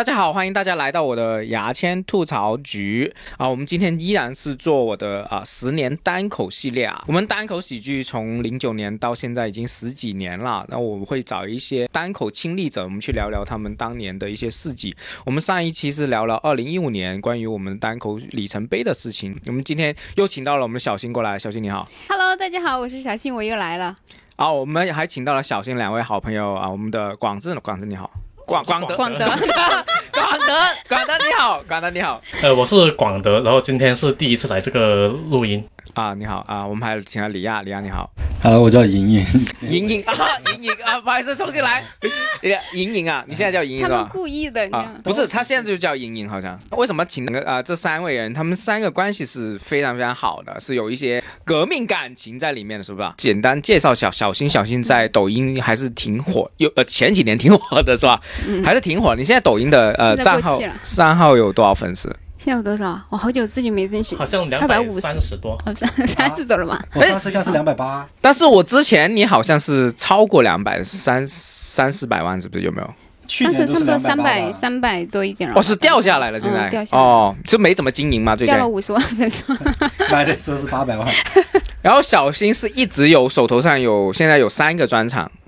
大家好，欢迎大家来到我的牙签吐槽局啊！我们今天依然是做我的啊十年单口系列啊。我们单口喜剧从零九年到现在已经十几年了，那我们会找一些单口亲历者，我们去聊聊他们当年的一些事迹。我们上一期是聊了二零一五年关于我们单口里程碑的事情，我们今天又请到了我们的小新过来，小新你好。 Hello，大家好，我是小新，我又来了。啊、我们还请到了小新两位好朋友啊，我们的广志，广志你好，广 广德，广德，广德，广德你好，广德你好 呃，我是广德，然后今天是第一次来这个录音。啊，你好啊，我们还请到李亚，李亚你 好， Hello，我叫呃莹莹，莹莹啊，莹莹啊，不好意思，重新来，李亚莹莹啊，你现在叫莹莹他是们吧？故意的，你知道啊吗，？不是，他现在就叫莹莹，好像。为什么请那个啊、这三位人，他们三个关系是非常非常好的，是有一些革命感情在里面的，是吧？简单介绍小小新，小新在抖音还是挺火，有呃前几年挺火的是吧？还是挺火。你现在抖音的呃嗯现在账过号气了账号有多少粉丝？现在有多少？我好久自己没更新，好像两百250三十多，哦，三三十多 了吧？ 我上次看是两百八，但是我之前你好像是超过两百三三四百万，是不是？有没有？去当时年差不多三百百，三百多一点了吧。哦，是掉下来了，现在、嗯掉下来哦，就没怎么经营嘛，最近掉。了五十万粉丝，买的时候是八百万，然后小新是一直有手头上有现在有三个专场。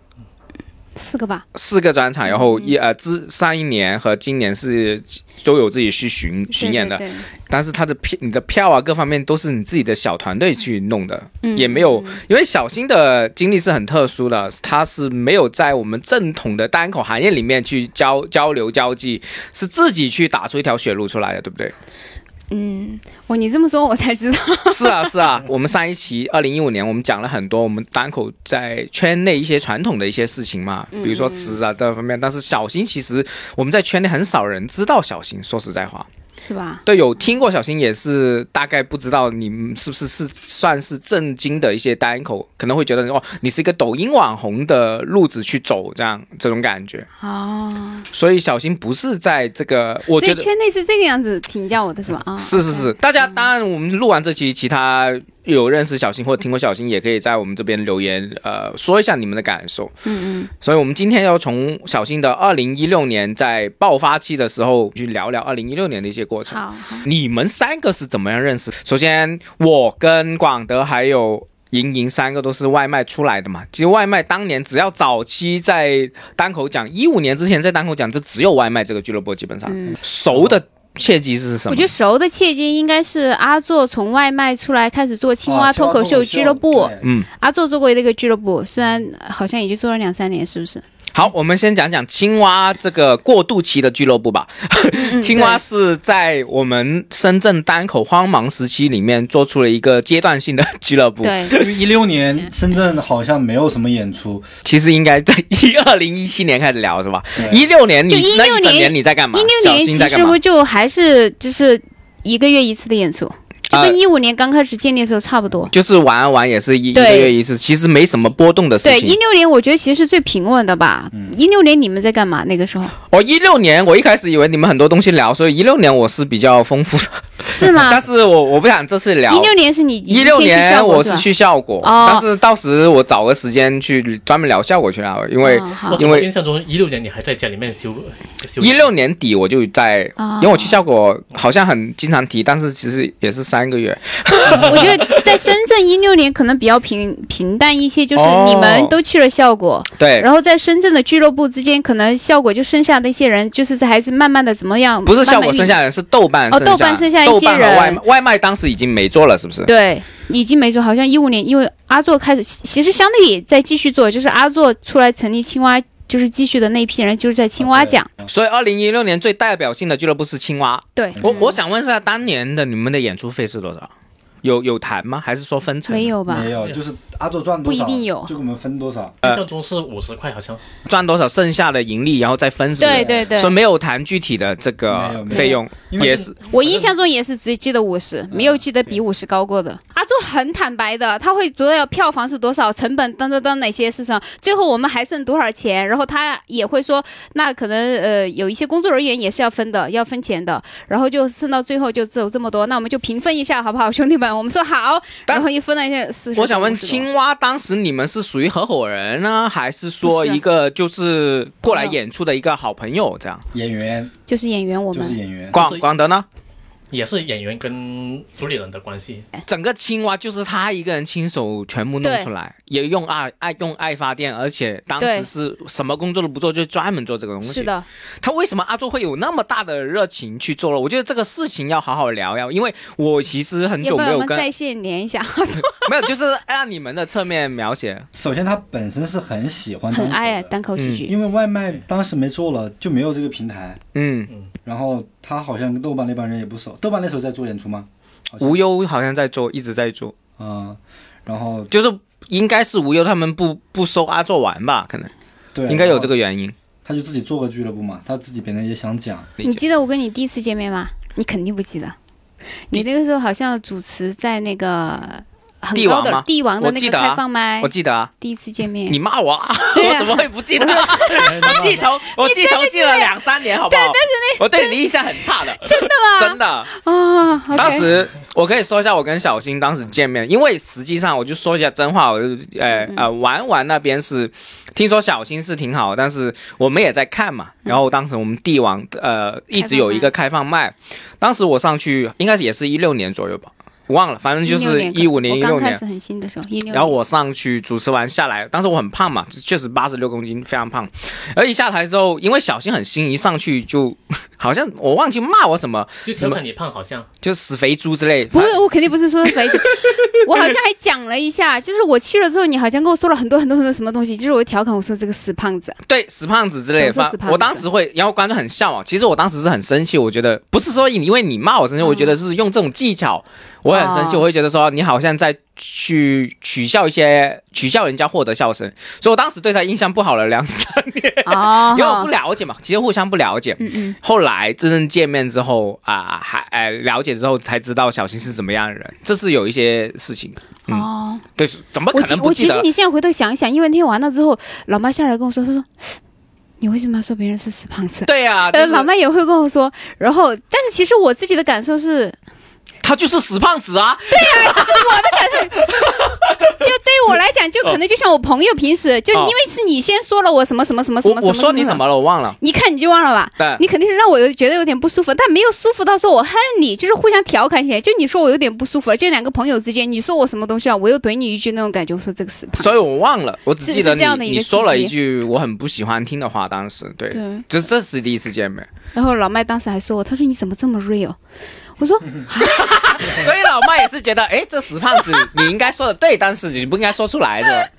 四个吧？四个专场，然后嗯一呃，之上一年和今年是都有自己去巡巡演的，对对对但是他的票、你的票啊，各方面都是你自己的小团队去弄的，嗯也没有，因为小新的经历是很特殊的，他是没有在我们正统的单口行业里面去交交流交际，是自己去打出一条血路出来的，对不对？嗯，我你这么说，我才知道。 是啊，是啊， 我们上一期二零一五年，我们讲了很多我们单口在圈内一些传统的一些事情嘛，比如说词啊各方面。但是小新其实我们在圈内很少人知道小新，说实在话，是吧？对，有听过小新也是大概不知道你们是不是是算是正经的一些单口，可能会觉得哦，你是一个抖音网红的路子去走这样这种感觉。哦，所以小新不是在这个，我所觉以得圈内是这个样子评价我的是吧？啊，是是是，大家当然我们录完这期，其他有认识小新或听过小新，也可以在我们这边留言，呃，说一下你们的感受。嗯嗯，所以我们今天要从小新的二零一六年在爆发期的时候去聊聊二零一六年的一些过程。好，好你们三个是怎么样认识？首先，我跟广德还有。莹莹三个都是外卖出来的嘛，其实外卖当年只要早期在单口讲，一五年之前在单口讲就只有外卖这个俱乐部，基本上、嗯熟的契机是什么？我觉得熟的契机应该是阿座从外卖出来开始做青蛙哦脱口秀俱乐部。对嗯，阿座做过那个俱乐部，虽然呃好像已经做了两三年，是不是？好，我们先讲讲青蛙这个过渡期的俱乐部吧。嗯青蛙是在我们深圳单口荒忙时期里面做出了一个阶段性的俱乐部，对，因为一六年深圳好像没有什么演出，其实应该在一二零一七年开始聊是吧？一对六年你就16那一整年年你在干嘛？一六小年新其在干实嘛不？就还是就是一个月一次的演出，就呃跟一五年刚开始建立的时候差不多。就是玩啊玩也是一一个对月一次，其实没什么波动的事对，一情。嗯六年我觉得其实是最平稳的吧。一六年你们在干嘛？那 个时候我哦一六年我一开始以为你们很多东西聊，所以一六年我是比较丰富的，是但吗？是我我不想这次聊。啊一六年是你一一六年我是是去效果，哦但是到时我找个时间去专门聊效果去了，因为哦好我怎因么为印象中一六年你还在家里面休休息一六年底我就在，哦因为我去效果好像很经常提，但是其实也是三个月。我觉得在深圳一六年可能比较平平淡一些，就是哦你们都去了效果，对，然后在深圳的俱乐部之间，可能效果就剩下的一些人，就是还是慢慢的怎么样？不是效果慢慢运剩下人，是豆瓣哦剩下，豆瓣剩下一豆些瓣和人外卖外卖当时已经没做了，是不是？对，已经没做，好像一五年，因为阿座开始，其其实相对也在继续做，就是阿座出来成立青蛙，就是继续的那批人，就是在青蛙奖，所以二零一六年最代表性的俱乐部是青蛙。对，我我想问一下，当年的你们的演出费是多少？有有谈吗？还是说分成？没有吧没？有，就是阿卓赚多少，不一定有就给我们分多少，呃印象中是五十块，好像赚多少剩下的盈利，然后再分是不是？对对对所以，没有谈具体的这没有个没有费用，因为也就是我印象中也是只记得五嗯十，没有记得比五十高过的。阿座很坦白的，他会主要票房是多少，成本当当当哪些事情，最后我们还剩多少钱，然后他也会说，那可能呃有一些工作人员也是要分的，要分钱的，然后就剩到最后就只有这么多，那我们就平分一下好不好，兄弟们？万，我们说好， 但然后一分了一下四十。我想问50多，青蛙，当时你们是属于合伙人呢，还是说不是一啊个就是过来演出的一个好朋友这样？演员就是演员，我就是们演员，广广德呢？也是演员跟主理人的关系。整个青蛙就是他一个人亲手全部弄对出来，也用爱爱用爱发电，而且当时对是什么工作都不做，就专门做这个东西。是的，他为什么阿周会有那么大的热情去做了？我觉得这个事情要好好聊聊，因为我其实很要久不没然有我们跟在线连一下， 没有，就是按你们的侧面描写，首先他本身是很喜欢单嗯很口爱啊的，单口喜剧。因为外卖当时没做了，就没有这个平台。嗯，然后他好像跟豆瓣那帮人也不熟，豆瓣那时候在做演出吗？好像无忧好像在做，一直在做，嗯，然后就是应该是无忧他们不不收阿周玩吧，可能对，应该有这个，个原因。他就自己做个俱乐部嘛，他自己本来也想讲，理你解记得我跟你第一次见面吗？你肯定不记得，你那个时候好像主持在那个很帝高王的吗帝王的我那记个得啊开放麦我，记得啊，第一次见面你，骂我啊，对 啊我怎么会不记得啊？ 我记仇，我记仇记了两三年，好不好？我对你印象很差的，真的吗？真的。啊，OK，当时我可以说一下我跟小新当时见面，因为实际上我就说一下真话，我就呃呃玩玩那边是听说小新是挺好，但是我们也在看嘛。然后当时我们帝王呃一直有一个开放麦，当时我上去应该是也是一六年左右吧，忘了，反正就是16一五年一我刚六开年。始很新的时候，一六，然后我上去主持完下来，当时我很胖嘛，确实八十六公斤，非常胖。而一下台之后，因为小新很新，一上去就 好像我忘记骂我什么，就调侃你胖，好像就死肥猪之类。不是，我肯定不是说 的肥猪，我好像还讲了一下，就是我去了之后，你好像跟我说了很多很多很多什么东西，就是我调侃我说这个死胖 子，对死胖子之类的，都是反死胖子我当时会，然后观众很向往。其实我当时是很生气，我觉得不是说因为你骂我生气，我觉得是用这种技巧，我会很生气，嗯哦我会觉得说你好像在去取笑一些取笑人家获得笑声，所以我当时对他印象不好了两次，哦因为我不了解嘛，其实互相不了解。嗯嗯，后来真正见面之后啊，还哎了解之后才知道小新是怎么样的人，这是有一些事情，嗯哦，对，怎么我可其能不我记其实得？你现在回头想一想，因为那天完了之后，老妈下来跟我说，她说你为什么要说别人是死胖子？对呀、就呃，是老麦也会跟我说，然后，但是其实我自己的感受 是，他就是死胖子啊，对我来讲，就可能就像我朋友平时，就哦因为是你先说了我什么什么什么什么什我么，我说你什什？么了，我忘了，你看你就忘了吧，但。你肯定是让我有觉得有点不舒服，但没有舒服到说我恨你，就是互相调侃起来。就你说我有点不舒服，就两个朋友之间，你说我什么东西啊，我又怼你一句那种感觉，我说这个死 胖。所以我忘了，我只是记得是这样的你一个你说了契机一句我很不喜欢听的话，当时对，对，就这是第一次见面，然后老麦当时还说我，他说你怎么这么 real？我说嗯所以老麦也是觉得，哎，这死胖子你应该说的对，但是你不应该说出来的。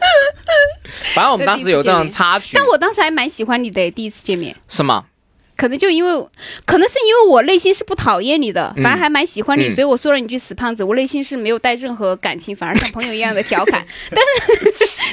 反正我们当时有这种插曲但，我当时还蛮喜欢你的，第一次见面，是吗？可能就因为，可能是因为我内心是不讨厌你的，反而还蛮喜欢你，嗯所以我说了你句死胖子，我内心是没有带任何感情，反而像朋友一样的 调侃。但是，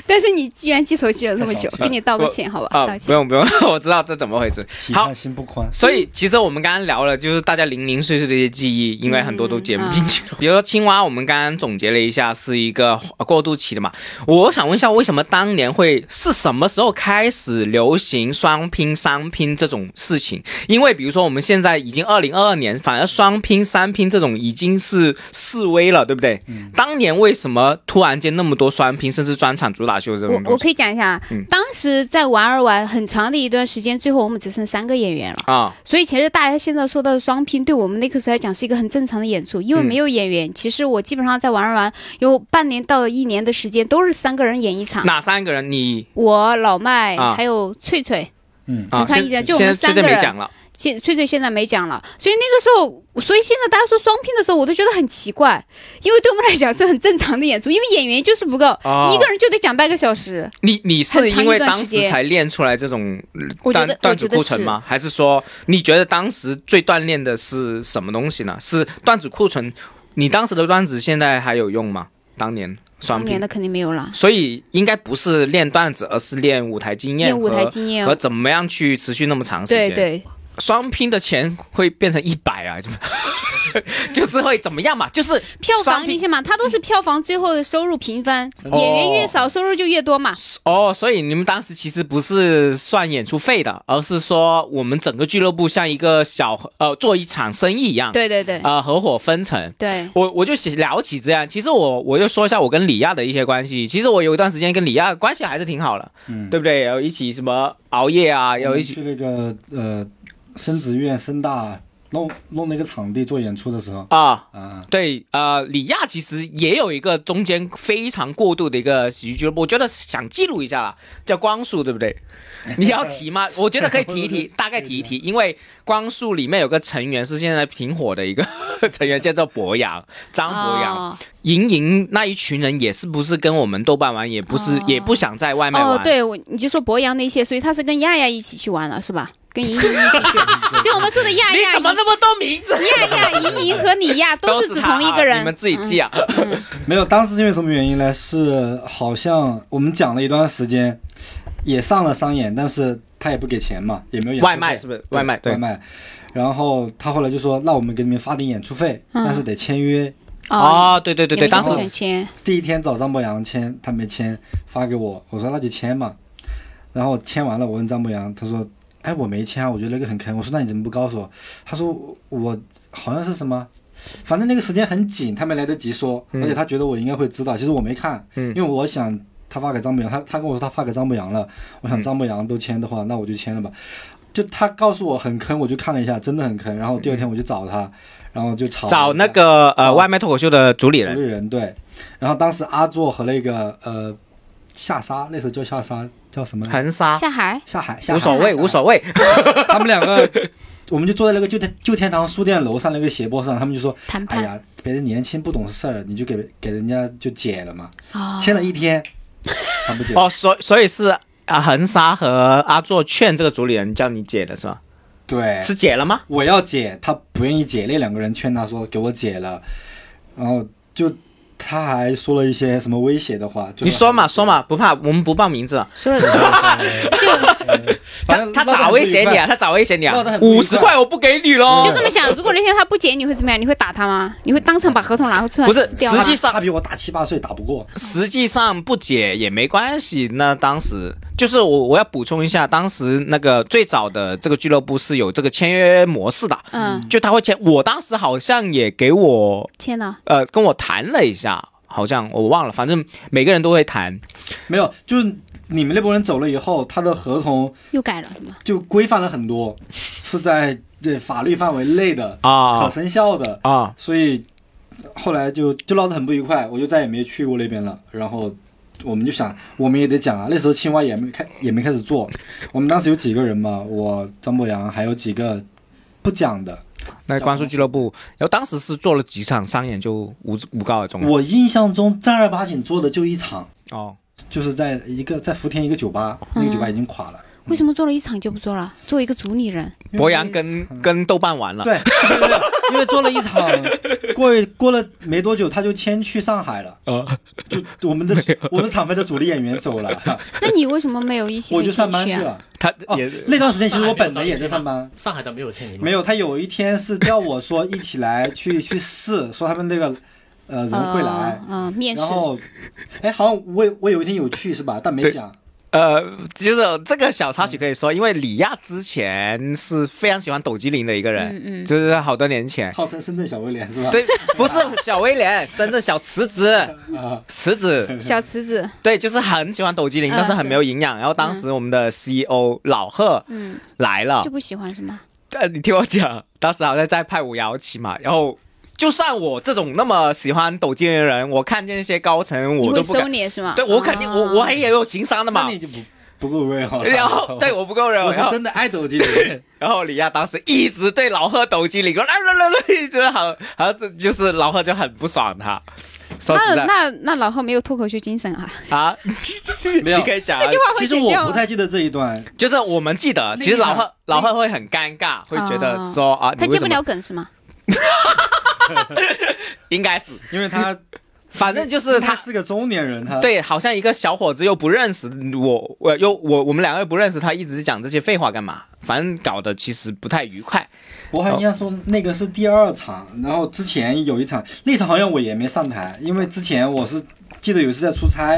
但是你居然记仇记了这么久太，给你道个歉，好吧？啊、道不歉。用不 用，我知道这怎么回事。体好胖心不宽，所嗯以其实我们刚刚聊了，就是大家零零碎碎的一些记忆，因为很多都剪不进嗯去了。比如说青蛙，我们刚刚总结了一下，是一个呃过渡期的嘛。我想问一下，为什么当年会是什么时候开始流行双拼、三拼这种事情？因为比如说我们现在已经二零二二年，反而双拼、三拼这种已经是示威了，对不对？当年为什么突然间那么多双拼，甚至专场主打秀这种我东我西可以讲一下啊，嗯当时在玩儿玩很长的一段时间，最后我们只剩三个演员了。啊？所以其实大家现在说到的双拼，对我们那个时候来讲是一个很正常的演出，因为嗯没有演员。其实我基本上在玩儿玩有半年到一年的时间，都是三个人演一场。哪三个人你？我老麦、啊还有翠翠，嗯，啊，很长现一间就我现在们现三在个没人讲了，现翠翠现在没讲了，所以那个时候，所以现在大家说双拼的时候，我都觉得很奇怪，因为对我们来讲是很正常的演出，因为演员就是不够，哦你一个人就得讲半个小时。你你是很长因一为段当时时间才练出来这种我觉段得，我段觉子得库存是，吗？还是说你觉得当时最锻炼的是什么东西呢？是段子库存？你当时的段子现在还有用吗？当年双当年拼，的肯定没有了，所以应该不是练段子，而是练舞台经验练和舞台经验和哦。怎么样去持续那么长时对间。，对，双拼的钱会变成一百啊？怎么 就是会怎么样嘛？就是票双房拼明星嘛，它都是票房最后的收入平分，哦演员越少收入就越多嘛。哦，所以你们当时其实不是算演出费的，而是说我们整个俱乐部像一个小呃做一场生意一样，对对对呃合伙分成。对，我我就聊起这样，其实我我就说一下我跟李亚的一些关系。其实我有一段时间跟李亚关系还是挺好的，嗯，对不对？有一起什么熬夜啊，我有们一起去那个呃，深职院、深大弄弄那个场地做演出的时候啊。啊，对，呃，李亚其实也有一个中间非常过渡的一个喜剧俱乐部，我觉得想记录一下啦，叫光速，对不 对？你要提吗？我觉得可以提一 提，大概提一提，因为光速里面有个成员是现在挺火的一个 成员，叫做博洋，张博洋。哦莹莹那一群人也是不是跟我们豆瓣玩，也不是、哦也不想在外面玩。哦，对，我你就说博洋那些，所以他是跟亚亚一起去玩了，是吧？跟莹莹一 起去，对我们说的亚你亚怎么莹那么多名字？亚亚莹莹和你亚都是指他同一啊个人，你们自己记啊。没有，当时是因为什么原因呢？是好像我们讲了一段时间，也上了商演，但是他也不给钱嘛，也没有演出外卖费是不是？对外卖对外。卖。然后他后来就说，那我们给你们发点演出费，嗯但是得签约。哦，哦，对对对你对，们当就时选签第一天找张博洋签，他没签，发给我，我说那就签嘛。然后签完了，我问张博洋，他说，哎，我没签啊，我觉得那个很坑。我说那你怎么不告诉我？他说我好像是什么。反正那个时间很紧，他没来得及说，嗯而且他觉得我应该会知道，其实我没看，嗯因为我想他发给张博洋，他他跟我说他发给张博洋了，我想嗯张博洋都签的话，那我就签了吧。就他告诉我很坑，我就看了一下，真的很坑。然后第二天我就找他，然后就吵嗯找了一那架个呃哦外卖脱口秀的主理主人理人对。然后当时阿作和那个呃夏莎，那时候叫夏莎，叫什么来着？横沙，下海。夏海，夏无海所谓，无所谓。谓。 他们两个，我们就坐在那个旧天旧天堂书店楼上那个斜坡上，他们就说谈：“哎判呀，别人年轻不懂事儿，你就给给人家就解了嘛。”啊，签了一天，他 不解。哦，所所以是啊，横沙和阿作劝这个主理人叫你解的是吧？对，是解了吗？我要解，他不愿意解，那两个人劝他说：“给我解了。”然后就他还说了一些什么威胁的话。就你是说嘛很说，嘛，不怕，我们不报名字啊。说了 就反他正他闹得咋很威胁不愉你快啊？他咋威胁你啊闹得很？不愉五快十块我不给你喽。就这么想，如果那天他不解，你会怎么样？你会打他吗？你会当场把合同拿出来不是撕掉吗实际上他比我大七八岁，打不过。实际上不解也没关系。那当时就是我我要补充一下，当时那个最早的这个俱乐部是有这个签约模式的，嗯，就他会签。我当时好像也给我天哪，呃跟我谈了一下，好像我忘了，反正每个人都会谈。没有，就是你们那波人走了以后，他的合同又改了是吗？就规范了很多，是在这法律范围内的、啊可生效的，啊，所以后来就就闹得很不愉快，我就再也没去过那边了。然后我们就想，我们也得讲啊，那时候青蛙也没开也没开始做，我们当时有几个人嘛，我张博洋还有几个不讲的，那光速俱乐部，然后当时是做了几场商演就无无告而终了。我印象中正儿八经做的就一场，哦，就是在一个在福田一个酒吧，那个酒吧已经垮了。为什么做了一场就不做了？作为一个主理人，因为博洋跟跟豆瓣玩了。对，对对对因为做了 一场，过过了没多久，他就先去上海了。啊，就我们的我们厂牌的主力演员走了，那你为什么没有一起我就跟上进班去去啊？了。他哦也、，那段时间其实我本人也在上班。上海的没有签你吗？没有，他有一天是叫我说一起来去去试，说他们那个呃人会来呃，嗯，面试然。后哎，好像我有我有一天有去是吧？但没对讲。呃，就是这个小插曲可以说，因为李亚之前是非常喜欢抖机灵的一个人，嗯嗯就是好多年 前，号称深圳小威廉是吧？对，不是小威廉，深圳小池子， 啊，池子，小池子，对，就是很喜欢抖机灵，嗯但是很没有营养。然后当嗯时我们的 CEO 老贺嗯，来了就，不喜欢是吗？呃，你听我讲，当时好像在派五幺七嘛，然后。就算我这种那么喜欢抖机灵的人，我看见那些高层，你我会都不收敢。敛是吗？啊对我肯定，我我也有情商的嘛那。你就不不够 real 了。然后对我不够人，我是然后真的爱抖机灵。然后李亚当时一直对老贺抖机灵，来来来来，就是好，然后这就是老贺就很不爽他。说实那在那那老贺没有脱口秀精 神啊！啊，没有 你可以讲啊，这句话其会实剪掉我不吗？太记得这一段，就是我们记得，其实老贺老贺会很尴尬，会觉得说啊，他你为接不什么了梗是吗？应该是，因为他 反正就是他他。是个中年人，他对，好像一个小伙子又不认识我，我又我我们两个又不认识他，一直讲这些废话干嘛？反正搞得其实不太愉快。我还印象说那个是第二场，然后之前有一场，那场好像我也没上台，因为之前我是记得有一次在出差，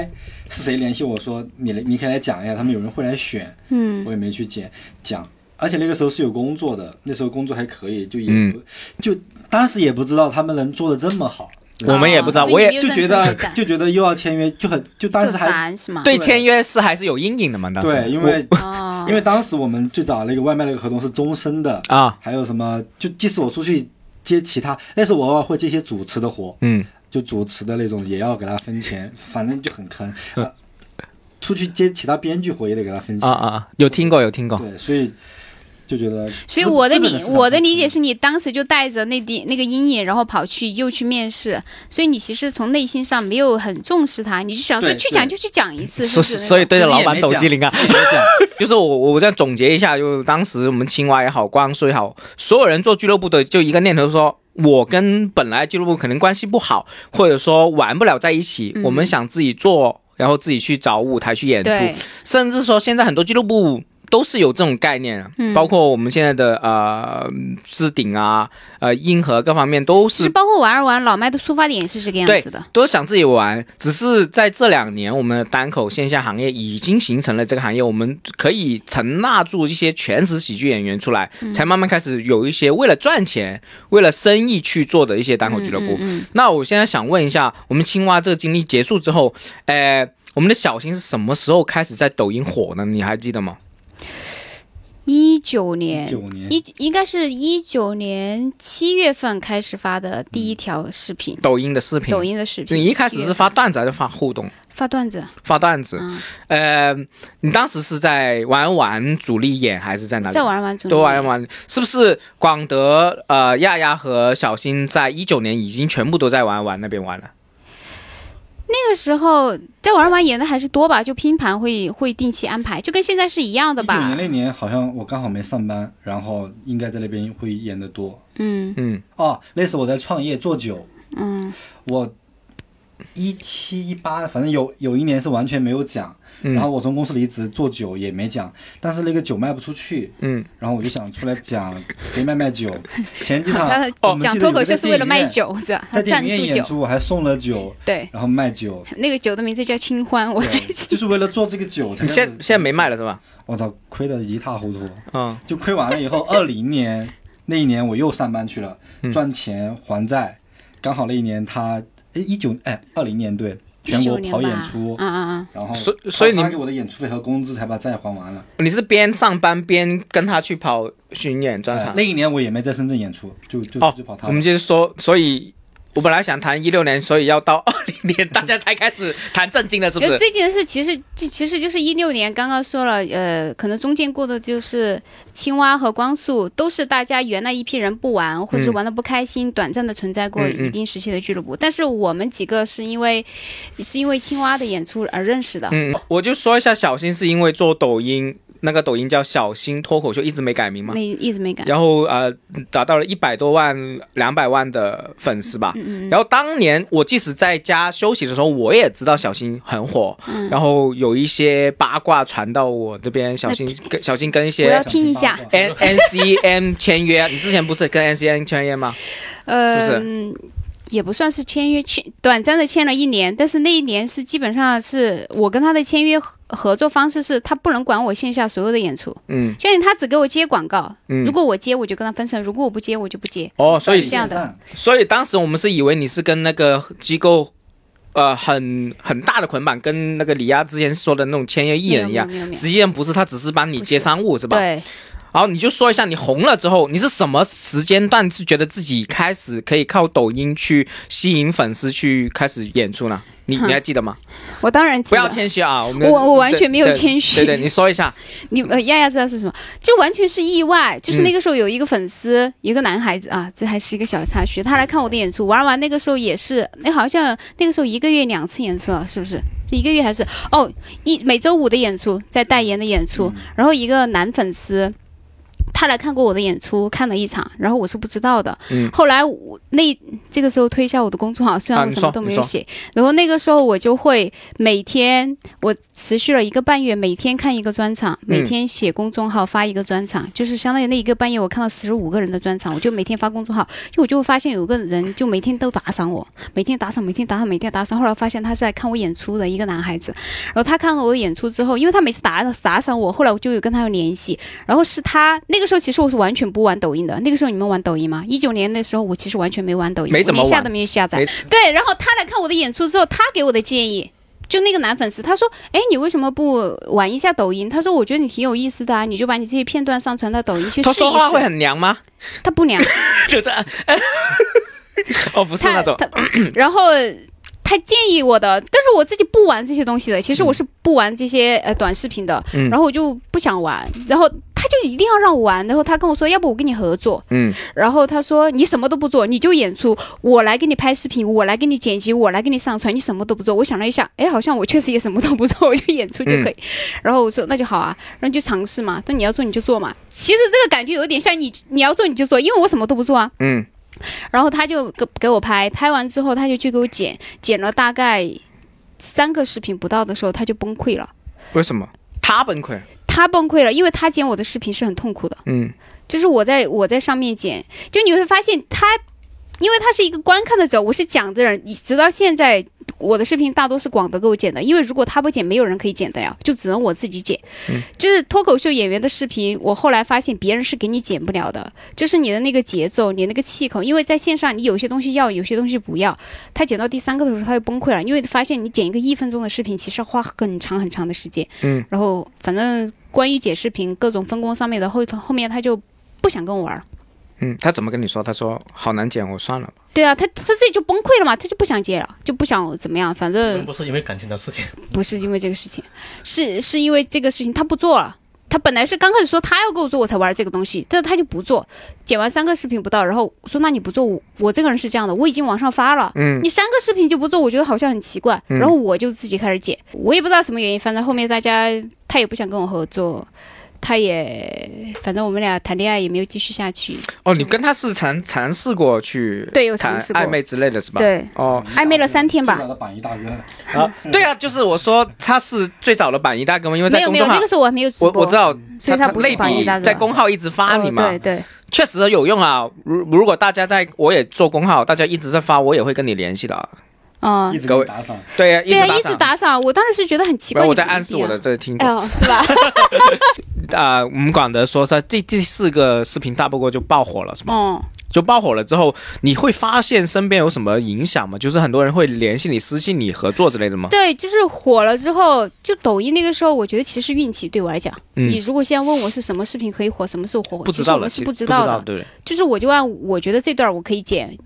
是谁联系我说你来，你可以来讲一下，他们有人会来选，嗯，我也没去讲讲，而且那个时候是有工作的，那时候工作还可以，就也嗯不、就当时也不知道他们能做的这么好，我们也不知道啊所以我也你没就有觉认得真去干就觉得又要签约，就很就当时就还烦是吗？对对签约是还是有阴影的嘛？当时对，因为哦， 因为当时我们最早那个外卖那个合同是终身的，我啊，还有什么？就即使我出去接其他，那时候我偶尔会接一些主持的活，嗯，就主持的那种也要给他分钱，反正就很坑。呃出去接其他编剧活也得给他分嗯啊钱，啊，啊有听过有听过，对，所以就觉得资，所以我的资本理市场嗯我的很理解坑是你当时就带着那点那个阴影，然后跑去又去面试，所以你其实从内心上没有很重视它，你就想说对去对讲就去讲一次，所是不以是？所以对着其实老也板没抖讲机灵啊。也没讲， 就是我我再总结一下，就是当时我们青蛙也好，光说也好，所有人做俱乐部的就一个念头说。我跟本来俱乐部可能关系不好，或者说玩不了在一起，嗯我们想自己做，然后自己去找舞台去演出，对，甚至说现在很多俱乐部都是有这种概念啊，嗯包括我们现在的呃置顶啊、呃硬核各方面都其实是包括玩儿玩老麦的出发点也是这个样对子的。都想自己玩，只是在这两年我们的单口线下行业已经形成了这个行业，我们可以承纳住一些全职喜剧演员出来，嗯才慢慢开始有一些为了赚钱、为了生意去做的一些单口俱乐部。嗯，嗯那我现在想问一下，我们青蛙这个经历结束之后，呃，我们的小新是什么时候开始在抖音火呢？你还记得吗？一九一九年。年一应该是一九年七月份开始发的第一条视频，抖音的嗯视频，抖音的视频。你一开始7是月发段子还是发互动？发段子，发段子，嗯，呃，你当时是在玩玩主力演还是在哪里再？玩玩主都力玩玩，是不是广德、呃亚亚和小新在一九年已经全部都在玩玩那边玩了？那个时候在玩玩演的还是多吧，就拼盘会会定期安排，就跟现在是一样的一九吧年。那年好像我刚好没上班，然后应该在那边会演的多，嗯嗯，哦，那时候我在创业做酒，嗯，我一七一八，反正有有一年是完全没有讲，嗯然后我从公司离职做酒也没讲，但是那个酒卖不出去，嗯，然后我就想出来讲，可以卖 卖酒。前几场他我 的们讲记得脱有口一秀个是为了电影卖院，酒，是吧？在电赞影助院演酒，出我还送了酒，对，然后卖 酒，那个酒的名字叫清欢，我 对，就是为了做这个酒你才开始。现现在没卖了是吧？我操，亏得一塌糊涂。嗯，就亏完了以后，二零年那一年我又上班去了，嗯赚钱还债。刚好那一年他哎一九哎二零年对全国19年跑演吧出，嗯嗯然后所所以他你发给我的演出费和工资才把债还完了。你是边上班边跟他去跑巡演专哎场？那一年我也没在深圳演出，就就哦就跑，他我们了。就是说，所以我本来想谈一六年，所以要到二零年 大家才开始谈正经的，是嗯。不因是为？这件事其实其其实就是一六年刚刚说了，呃，可能中间过的就是青蛙和光速，都是大家原来一批人不玩，或者是嗯玩的不开心，短暂的存在过嗯嗯一定时期的俱乐部。但是我们几个是因为是因为青蛙的演出而认识的，嗯，我就说一下，小新是因为做抖音，那个抖音叫小新脱口秀，一直没改名嘛。没一直没敢。然后呃，达到了一百多万、两百万的粉丝吧。嗯然后当年我即使在家休息的时候，我也知道小新很火，嗯然后有一些八卦传到我这边，小新跟小新跟一我要些听一下 N N C M 签约，你之前不是跟 N C M 签约吗？呃，是不是也不算是签约，签短暂的签了一年，但是那一年是基本上是我跟他的签约合合作方式是，他不能管我线下所有的演出，嗯相信他只给我接广告，嗯如果我接我就跟他分成，如果我不接我就不接。哦，所以是这样的线上所以当时我们是以为你是跟那个机构，呃，很很大的捆绑，跟那个李亚之前说的那种签约艺人一样没有没有没有没。有实际上不是，他只是帮你接商务，是吧？。对，好，你就说一下你红了之后，你是什么时间段是觉得自己开始可以靠抖音去吸引粉丝去开始演出呢？你你还记得吗？我当然记不要得。谦虚啊！我们我我完全没有对谦虚对对，你嗯说一 下。你呃，丫丫知道是什么？就完全是意外，就是那个时候有一个粉丝，一个男孩子啊，这还是一个小插曲，他来看我的演出，玩完那个时候也是，那好像那个时候一个月两次演出了，是不是？是一个月还是嗯哦一每周五的演出，在代言的演出，然后一个男粉丝。他来看过我的演出，看了一场，然后我是不知道的。嗯后来我那这个时候推一下我的公众号，虽然啊我你什么说都你没有说写，然后那个时候我就会每天，我持续了一个半月，每天看一个专场，嗯每天写公众号发一个专场，就是相当于那一个半月我看了十五个人的专场，我就每天发公众号，就我就会发现有个人就每天都打赏我，每天打赏，每天打赏，每天打赏。后来发现他是来看我演出的一个男孩子，然后他看了我的演出之后，因为他每次打打赏我，后来我就有跟他有联系，然后是他那个时候其实我是完全不玩抖音的，那个时候你们玩抖音吗？一九年那时候我其实完全没玩抖音，没怎么我连下玩都没有下载没。对，然后他来看我的演出之后，他给我的建议。就那个男粉丝，他说：“哎，你为什么不玩一下抖音？”他说：“我觉得你挺有意思的啊，你就把你这些片段上传到抖音去试他一试。说话会很娘吗？ 他不娘，就这样。哦，不是那种，他 他然后他建议我的，但是我自己不玩这些东西的。其实我是不玩这些、呃短视频的，嗯然后我就不想玩。然后他就一定要让我玩，然后他跟我说，要不我跟你合作。嗯，然后他说你什么都不做，你就演出，我来给你拍视频，我来给你剪辑，我来给你上传，你什么都不做。我想了一下，哎，好像我确实也什么都不做，我就演出就嗯可以。然后我说那就好啊，然后就尝试嘛，但你要做你就做嘛。其实这个感觉有点像你你要做你就做，因为我什么都不做啊。嗯。然后他就给给我拍，拍完之后他就去给我剪，剪了大概三个视频不到的时候，他就崩溃了。为什么？他崩溃。他崩溃了，因为他剪我的视频是很痛苦的。嗯就是我在我在上面剪，就你会发现他，因为他是一个观看的者，我是讲的人，你直到现在我的视频大多是广德给我剪的，因为如果他不剪，没有人可以剪的呀，就只能我自己剪。就是脱口秀演员的视频，我后来发现别人是给你剪不了的，就是你的那个节奏，你那个气口，因为在线上你有些东西要，有些东西不要。他剪到第三个的时候，他就崩溃了，因为发现你剪一个一分钟的视频，其实要花很长很长的时间。嗯，然后反正关于剪视频各种分工上面的后头后面他就不想跟我玩了。嗯，他怎么跟你说？他说好难剪，我算了吧。对啊，他他自己就崩溃了嘛，他就不想接了，就不想怎么样，反正不是因为感情的事情，不是因为这个事情，是是因为这个事情他不做了。他本来是刚开始说他要给我做，我才玩这个东西，但是他就不做。剪完三个视频不到，然后我说那你不做，我我这个人是这样的，我已经往上发了，嗯你三个视频就不做，我觉得好像很奇怪。然后我就自己开始剪，我也不知道什么原因，反正后面大家他也不想跟我合作，他也反正我们俩谈恋爱也没有继续下去，哦，你跟他是尝尝试过去对有谈尝试过暧昧之类的是吧？。对，哦，暧昧了三天吧最早的榜一大哥，对啊，就是我说他是最早的榜一大哥嘛，因为没在有公没有，众那号个，时候我还没有直播，我我知道，所以他他不是类榜一比大哥在公号一直发你嘛，哦对对，确实有用啊。如如果大家在我也做公号，大家一直在发，我也会跟你联系的啊。嗯一，直给我打赏。对啊，对啊，一直赏。打赏，我当时是觉得很奇不怪。是我你在不一暗示定我啊的这个 听哎众呦， 是吧？啊、我们广德说是这这四个视频大不过就爆火了，是吗？嗯，就爆火了之后，你会发现身边有什么影响吗？就是很多人会联系你、私信你合作之类的吗？对，就是火了之后，就抖音那个时候，我觉得其实运气对我来讲，嗯你如果现在问我是什么视频可以火，什么时候火，不知其实道我了，们其是实不知知道道的。对，就是我就按我觉得这段我可以剪，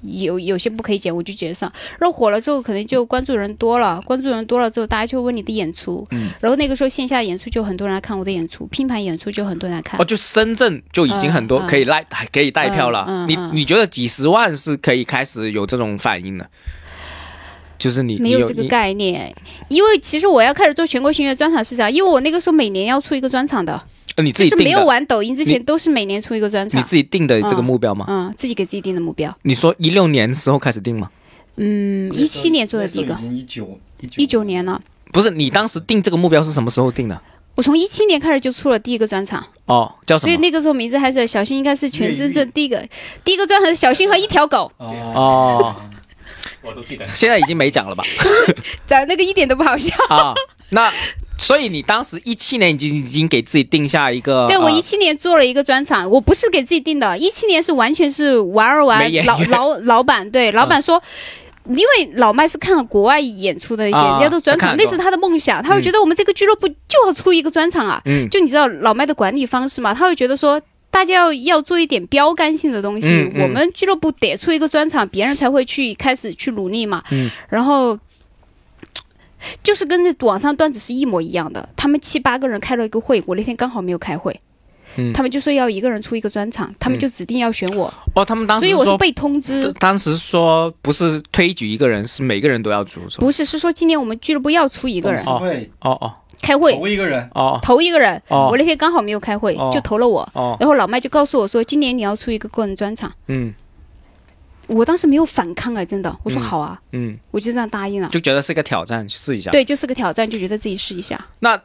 有有些不可以剪我就剪上。然后火了之后，可能就关注人多了，关注人多了之后，大家就问你的演出。嗯然后那个时候线下演出就很多人来看我的演出，拼盘演出就很多人来看哦，。就深圳就已经很多哎嗯可以赖、可以带票了。嗯嗯你嗯你觉得几十万是可以开始有这种反应的？就是你没你有有这个你概念，因为其实我要开始做全国巡演专场是啥？因为我那个时候每年要出一个专场的，呃你自就己是没定有的，玩抖音之前都是每年出一个专你场。自己定的这个嗯目标吗？嗯，自己给自己定的目标。你说一六年时候开始定吗？嗯，一七年做的第一个那时，候已经一九一九年了。不是，你当时定这个目标是什么时候定的？我从一七年开始就出了第一个专场，哦，叫什所以么？那个时候名字还是小新，应该是全深圳第一个第一个专场是小新和一条狗，哦，哦，我都记得。现在已经没讲了吧？咱那个一点都不好笑。啊，那所以你当时一七年已经已经给自己定下一个，对我呃一七年做了一个专场，我不是给自己定的，一七年是完全是玩儿没玩演嗯老员 老老板对老板说。因为老麦是看国外演出的一些，啊人家都专他看场，过那是他的梦想，他会嗯觉得我们这个俱乐部就要出一个专场啊。嗯就你知道老麦的管理方式嘛，他会觉得说大家要要做一点标杆性的东西，嗯嗯我们俱乐部得出一个专场，别人才会去开始去努力嘛。嗯然后就是跟那网上段子是一模一样的，他们七八个人开了一个会，我那天刚好没有开会。嗯他们就说要一个人出一个专场，他们就指定要选我，哦，他们当时所以我是说，被通知，当时说不是推举一个人，是每个人都要组，是吧？不是是说今年我们俱乐部要出一个人，董事会哦哦，开会，头一个人，哦投一个人。哦我那天刚好没有开会哦，就投了我。哦，然后老麦就告诉我说，今年你要出一个个人专场。嗯我当时没有反抗啊，真的，我说嗯好啊，嗯，我就这样答应了。就觉得是个挑战，试一下。，对，就是个挑战，就觉得自己试一下。那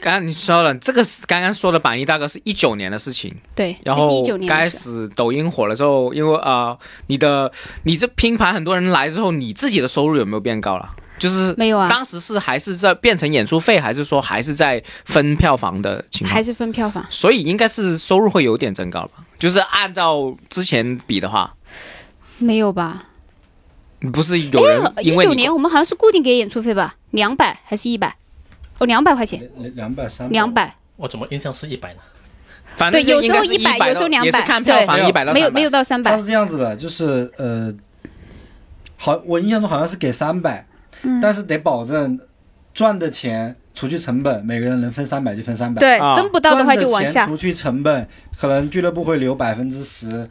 刚刚你说了，这个是刚刚说的榜一大哥是一九年的事情，对，然那是后一九年开的事。始抖音火了之后，因为啊、呃你的你这拼盘很多人来之后，你自己的收入有没有变高了？就是没有啊，当时是还是在变成演出费，还是说还是在分票房的情况还？是分票房。所以应该是收入会有点增高吧？就是按照之前比的话，没有吧？不是有人哎一呃因为九你年我们好像是固定给演出费吧，两百还是一百？哦，两百块钱，两两百三两百，我怎么印象是一百呢？反正对有啊应该是时候100 100有时候到200也是看票房对一百到没有300没有到三他百是，这样子的，就是呃，好，我印象中好像是给三百、嗯但是得保证赚的钱除去成本，每个人能分三百就分三百。，对，啊分不到的话就往下。除去成本，可能俱乐部会留百分之十，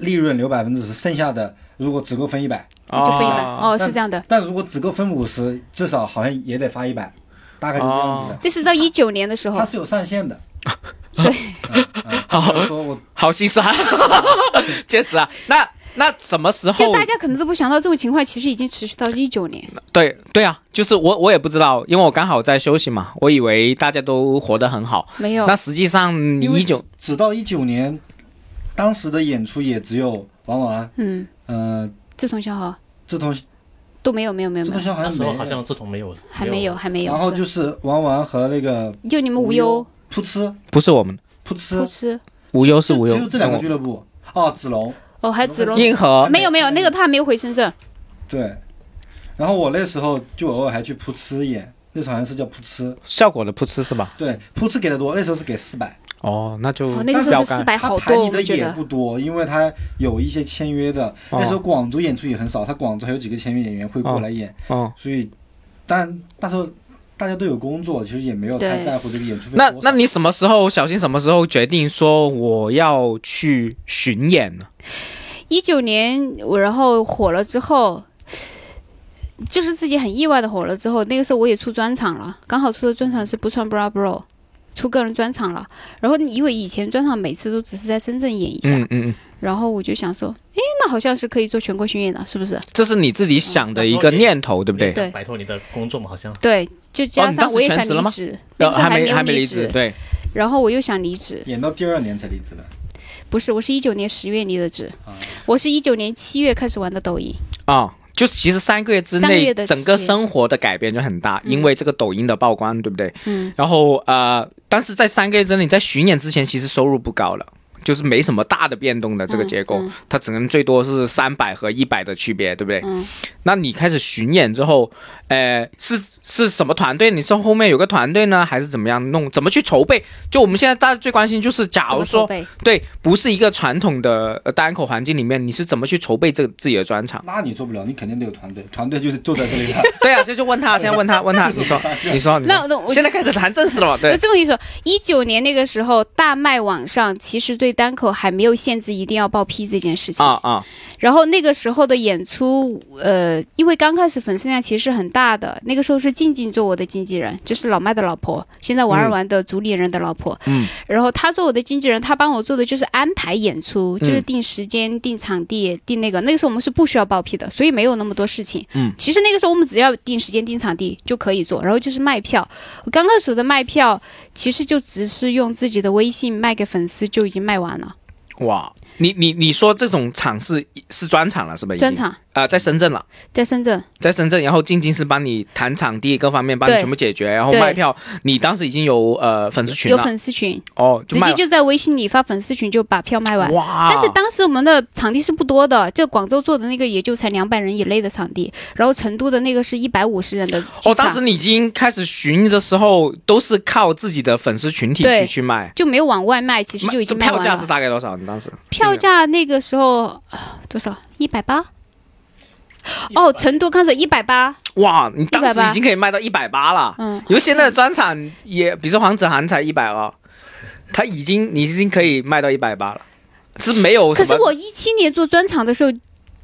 利润留百分之十，剩下的如果只够分一百，就分一百哦哦，是这样的。但如果只够分五十，至少好像也得发一百，大概就这样子的。这是到一九年的时候它，是有上限的。对嗯，嗯它没有说我好心酸， 确实啊。那那什么时就候？大家可能都不想到这种情况，其实已经持续到一九年。对对啊，就是我我也不知道，因为我刚好在休息嘛，我以为大家都活得很好。没有那，实际上你因为一九直到一九年，当时的演出也只有王婉安，嗯，呃，志同小合这东西都没有，没有，没有，这没东有，西好那像时候没好像这种没有，啊还没有，还没有。然后对就是王婉安和那个就你们无忧、扑哧不是我们扑不哧，吃无忧是就无忧嗯只有，这两个俱乐部哦，子龙哦，还有子龙，硬核没有没有，那个他还没有回深圳。对。然后我那时候就偶尔还去扑哧演，那时候好像是叫扑哧，效果的噗嗤是吧？对，扑哧给的多，那时候是给四百，哦，那就哦，那个时标候是杆四百他好排多，我你的们觉也得不多，因为他有一些签约的，那时候广州演出也很少，他广州还有几个签约演员会过来演，哦哦。所以，但那时候大家都有工作，其实也没有太对在乎这个演出费那多少那你什么时候小新什么时候决定说我要去巡演呢？一九年我然后火了之后，就是自己很意外的火了之后，那个时候我也出专场了，刚好出的专场是不穿 bra bro，出个人专场了。然后因为以前专场每次都只是在深圳演一下，嗯嗯，嗯然后我就想说，诶，那好像是可以做全国巡演的，是不是？这是你自己想的一个念头，对不对？对摆脱你的工作嘛，好像对，就哦加你当上时我也全想职了吗呃离职，那个时候还没有还没离职，对，然后我又想离职，演到第二年才离职的，不是，我是一九年十月离的职，我是一九年七月开始玩的抖音，啊、就其实三个月之三个内，月的时间整个生活的改变就很大，因为这个抖音的曝光，对不对？嗯。然后呃，但是在三个月之内，你在巡演之前，其实收入不高了。就是没什么大的变动的嗯这个结构，它只能最多是三百和一百的区别，对不对？嗯、那你开始巡演之后，呃，是是什么团队？你是后面有个团队呢，还是怎么样弄？怎么去筹备？就我们现在大家最关心就是，假怎如么啊说筹备？对，不是一个传统的呃单口环境里面，你是怎么去筹备这个自己的专场？那你做不了，你肯定得有团队，团队就是坐在这里的。对啊，这就问他，现在问他，问他，你说，你说，你那说，那我现在开始谈正事了嘛？那对，这么跟你说，一九年那个时候，大麦网上其实对单口还没有限制一定要报批这件事情。啊啊，然后那个时候的演出，呃，因为刚开始粉丝量其实是很大的，那个时候是静静做我的经纪人，就是老麦的老婆，现在玩儿玩的主理人的老婆。嗯。然后她做我的经纪人，她帮我做的就是安排演出，嗯就是定时间、定场地、定那个。那个时候我们是不需要报批的，所以没有那么多事情。嗯。其实那个时候我们只要定时间、定场地就可以做，然后就是卖票。我刚开始的卖票，其实就只是用自己的微信卖给粉丝就已经卖完了，哇，你你你说这种场是是专场了是吧？已经专场啊，在深圳了，在深圳。在深圳，然后静静是帮你谈场地各方面，帮你对全部解决，然后对卖票，你当时已经有呃粉丝群有了，粉丝群，哦，就直卖接了，就在微信里发粉丝群就把票卖完。哇，但是当时我们的场地是不多的，就广州做的那个也就才两百人以内的场地，然后成都的那个是一百五十人的剧场哦，当时你已经开始巡的时候，都是靠自己的粉丝群体去对去卖。就没有往外卖，其实就已经卖票完价是了。大概多少？你当时票价那个时候、啊多少？一百八。哦，成都刚才一百八，哇，你当时180已经可以卖到一百八了。嗯，因为现在的专场也，比如说黄子涵才一百二，他已经你已经可以卖到一百八了，是没有什可么。是我一七年做专场的时候，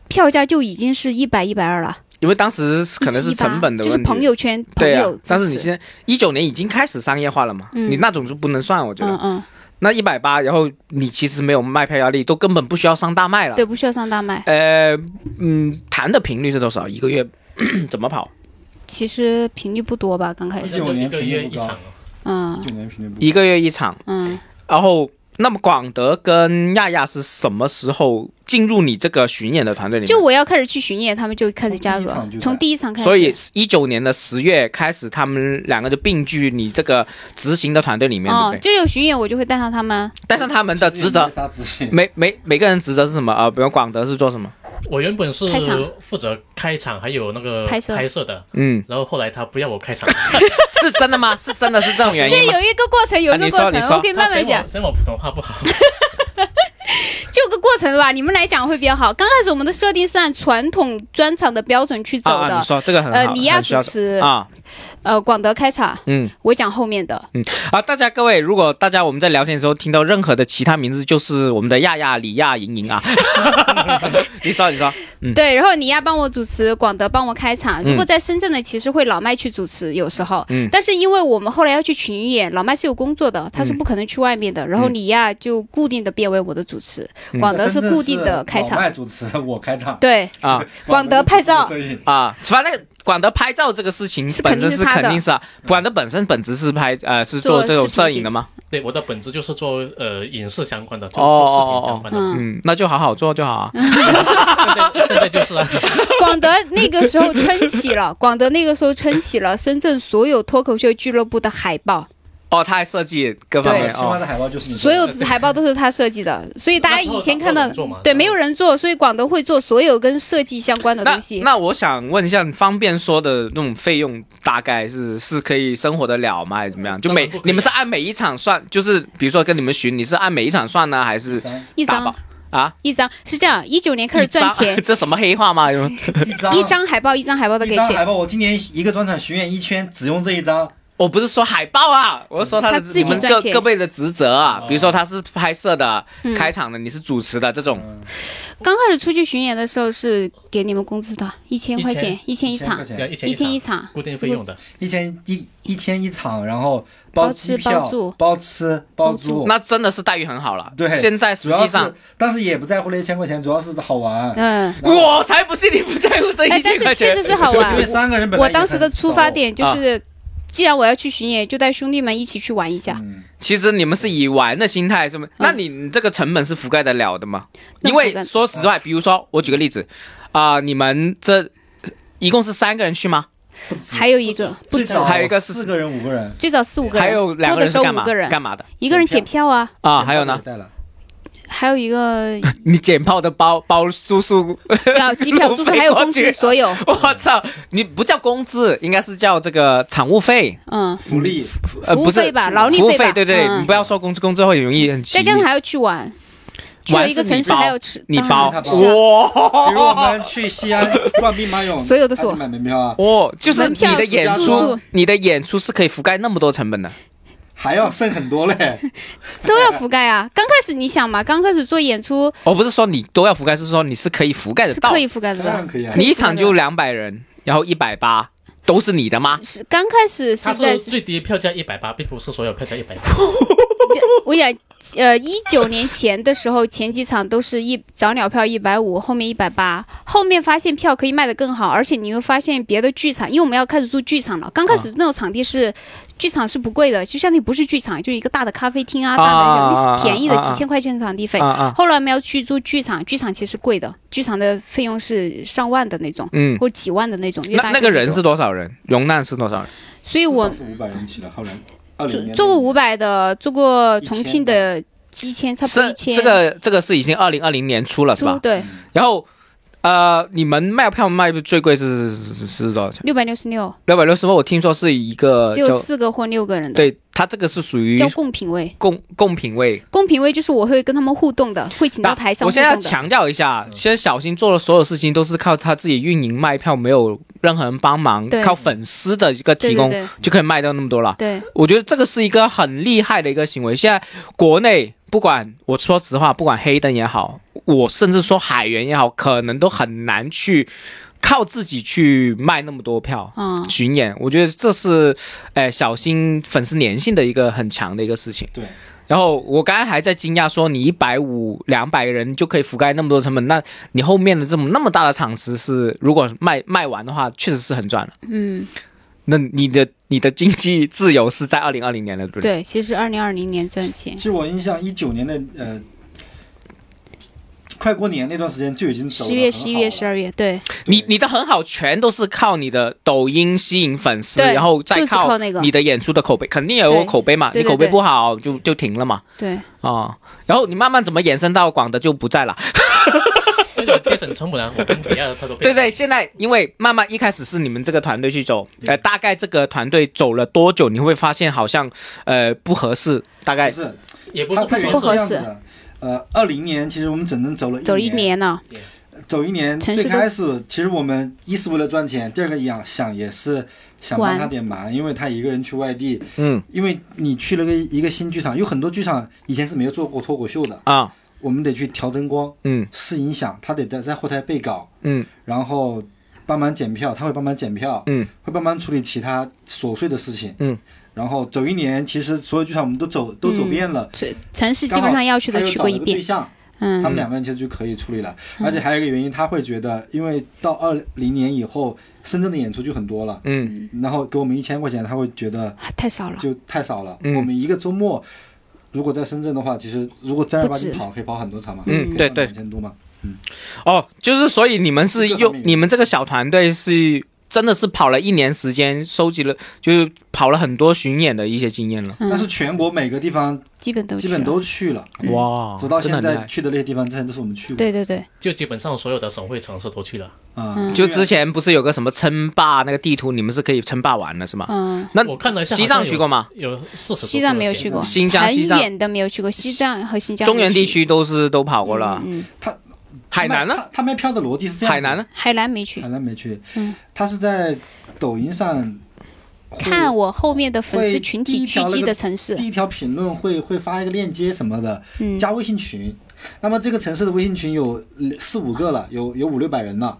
票价就已经是一百一百二了。因为当时是可能是178成本的就是问题朋。友圈朋对啊友支持，，但是你现在一九年已经开始商业化了嘛，嗯你那种就不能算，我觉得。嗯嗯，那一百八，然后你其实没有卖票压力，都根本不需要上大麦了。对，不需要上大麦，呃，嗯，谈的频率是多少？一个月 怎么跑？其实频率不多吧，刚开好始，像就一年个频率月不一高场，嗯九年频率不高一个月一场。嗯，然后，那么广德跟亚亚是什么时候进入你这个巡演的团队里面？就我要开始去巡演，他们就开始加入了从第一场就，在从第一场开始，所以一九年的十月开始，他们两个就并居你这个执行的团队里面，哦对，不对？就有巡演我就会带上他们，但是他们的职责没，啥职责，每每每个人职责是什么啊？比如广德是做什么？我原本是开场负责开场还有那个拍摄拍摄的， 嗯，然后后来他不要 我开场，是真的吗？是真的是这种原这因吗？有一个过程，有一啊个你过说程你，说我可以他慢慢嫌讲我，嫌我普通话不好， 就有个过程吧，你们来讲会比较好。刚开始我们的设定是按传统专场的标准去走啊，啊的你，说这个很好，呃，李亚很需主要持，啊，呃，广德开场，嗯。我讲后面的，啊，大家各位，如果大家我们在聊天的时候听到任何的其他名字，就是我们的亚亚、李亚、莹莹啊。 你说，你说，对，然后你要帮我主持，广德帮我开场。如果嗯在深圳的，其实会老麦去主持，有时候。嗯但是因为我们后来要去群演，老麦是有工作的，他是不可能去外面的。然后李亚就固定的变为我的主持，广德是固定的开老场。麦主持，我开场。对，啊广德拍照摄影啊，反正广德拍照这个事情是肯本定身是是他的肯定是啊，广德本身本质是拍呃是做做这种视频摄剪影的吗？对，我的本职就是做呃影视相关的，就哦做视频相关的，嗯，嗯，那就好好做就好啊。现在现在就是啊， 广德那个时候撑起了，广德那个时候撑起了深圳所有脱口秀俱乐部的海报，哦，他还设计各方对面青蛙哦。的海报就是你所做的有海报都是他设计的。所以大家以前看到 那时候哪有人做嘛，对，没有人做，所以广德会做所有跟设计相关的那东西。那我想问一下，你方便说的那种费用大概是是可以生活得了吗？还是怎么样？就当然每嗯不可以啊你们是按每一场算，就是比如说跟你们巡，你是按每一场算呢，还是一打张包啊？一张是这样，一九年 开一始赚张，钱这什么黑话吗？一张一张海报一张海报的一给张海钱，报，我今年一个专场巡演一圈，只用这一张。我不是说海报啊，我是说他的嗯他自己你们赚各钱各位的职责哦啊，比如说他是拍摄的、嗯开场的，你是主持的这种，嗯刚开始出去巡演的时候是给你们工资的，一千块钱，一千一1000场块，钱对啊，一千一千一一场场，固定费 用的，一千一一千一场，然后包吃机票、包住包吃包包住住。那真的是待遇很好了。对现在实主要际是上，但是也不在乎那一千块钱，主要是好玩。嗯，然后我才不信你不在乎这哎一，但千是块确钱实。是好玩因为。三个人本来我也当时的很出发少，点就是，既然我要去巡演，就带兄弟们一起去玩一下。嗯， 其实你们是以玩的心态，是吗？那你你这个成本是覆盖得了的吗？嗯那因覆盖为说实话，比如说我举个例子，啊、你们这一共是三个人去吗？还有一个不最止少，还有一个是四个人、五个人。最早四五个人，还有两个多的人时是候干五嘛个人，干嘛的？一个人检票啊，啊，还有呢钱包也？带了，还有一个你捡炮的包包住宿要机票、路住宿，费还有过工资，去所有， 我操，你不叫工资，应该是叫这个场务费，嗯，福利呃，服务不是费吧劳力服务费吧费，对对，嗯你不要说工资，工资会容易很奇再异。加上还要去玩，去了玩一个是你城市包还要吃，你当然包了他包是啊哇比如我们去西安逛兵马俑，所有都是我他就买门票啊，哦，就是门票你的演加住出宿，你的演出是可以覆盖那么多成本的。还要剩很多 嘞。都要覆盖啊！刚开始你想嘛，刚开始做演出我哦不是说你都要覆盖，是说你是可以覆盖得是到可。以覆盖的当然可以啊你一场就两百人，然后一百八都是你的吗？是刚开始它是在是最低票价一百八，并不是所有票价一百八。 我想，呃，一九年前的时候，前几场都是一早鸟票一百五，后面一百八，后面发现票可以卖得更好，而且你会发现别的剧场，因为我们要开始做剧场了，刚开始那种场地是。剧场是不贵的，就相当于不是剧场，就一个大的咖啡厅啊，啊大的啊那啊是便宜的啊啊几千块钱的场地费啊。啊，后来我们要去做剧场，剧场其实贵的，剧场的费用是上万的那种，嗯，或几万的那种。越那大那越个人多是多少人？容纳是多少人？所以我是五百人起了，后来二零做年做过五百的，做过1000重庆的一千，差不多是一千。这个这个是已经二零二零年初了是租吧？对嗯然后呃，你们卖票卖最贵是是是是多少钱？六百六十六，六百六十万，我听说是一个只有叫四个或六个人的，呃对，它这个是属于叫共品位。共共品位。共品位就是我会跟他们互动的，会请到那台上我互现在要动的。嗯强调一下，现在小新做的所有事情都是靠他自己运营卖票，没有任何人帮忙，对靠粉丝的一个对提对供对就可以卖到那么多了。对，我觉得这个是一个很厉害的一个行为。现在国内不管我说实话，不管黑灯也好，我甚至说海源也好，可能都很难去靠自己去卖那么多票。嗯，巡演，我觉得这是，哎、小心粉丝粘性的一个很强的一个事情。对。然后我刚才还在惊讶说，你一百五、两百个人就可以覆盖那么多成本，那你后面的这么那么大的场次是，如果卖卖完的话，确实是很赚了。嗯，那你的你的经济自由是在二零二零年了，对不对？对，其实二零二零年赚钱其，实我印象一九年的呃，快过年那段时间就已经走十月、得很十一好啊月、了十二月，对你你的很好，全都是靠你的抖音吸引粉丝，对然后就再是靠那个你的演出的口碑，肯定也有对口碑嘛。对对你口碑对不好就就停了嘛。对，啊、然后你慢慢怎么延伸到广的就不在了。为了节省成本啊，我跟迪亚他都对对，现在因为慢慢一开始是你们这个团队去走，呃，大概这个团队走了多久，你会发现好像呃不合适，大概不是，也不他是他不原合来是适这合适样子的。呃，二零年其实我们整整走了走了一，年了，走一年。城最市开始其实我们一是为了赚钱，第二个想想也是想帮玩他点忙，因为他一个人去外地，嗯因为你去了个一个新剧场，有很多剧场以前是没有做过脱口秀的，啊我们得去调灯光、嗯试音响，他得在在后台备稿，嗯然后帮忙检票，他会帮忙检票，嗯，会帮忙处理其他琐碎的事情，嗯。然后走一年，其实所有剧场我们都走都走嗯遍了，所以城市基本上要去他的又去找过了一个遍对，象，他嗯，们两个人其实就可以处理了。而且还有一个原因，他会觉得，因为到二零年以后，深圳的演出就很多了，嗯然后给我们一千块钱，他会觉得太少了，就太少了。嗯我们一个周末，如果在深圳的话，其实如果正儿八经不止跑，可以跑很多场嘛，嗯对对两千多嘛。哦，就是所以你们是这个用很明显你们这个小团队是真的是跑了一年时间，收集了就是跑了很多巡演的一些经验了。嗯但是全国每个地方基本都基去本了都去了，哇嗯直到真的很现厉在害。去的那些地方，之前都是我们去过的。对对对，就基本上所有的省会城市都去了。啊、嗯就之前不是有个什么称霸那个地图，你们是可以称霸完的是吗？啊嗯，那我看了一下，西藏去过吗？有四十。西藏没有去过，新疆很西藏远的没有去过，西藏和新疆中原没去地区都是都跑过了，嗯，嗯海南他呢？卖他他卖票的逻辑是这样子海的，南呢？啊海南没去海。南没去，嗯他是在抖音上会看我后面的粉丝群体聚集的城市，第一条评论会会发一个链接什么的，嗯，加微信群。那么这个城市的微信群有呃四五个了，有有五六百人了，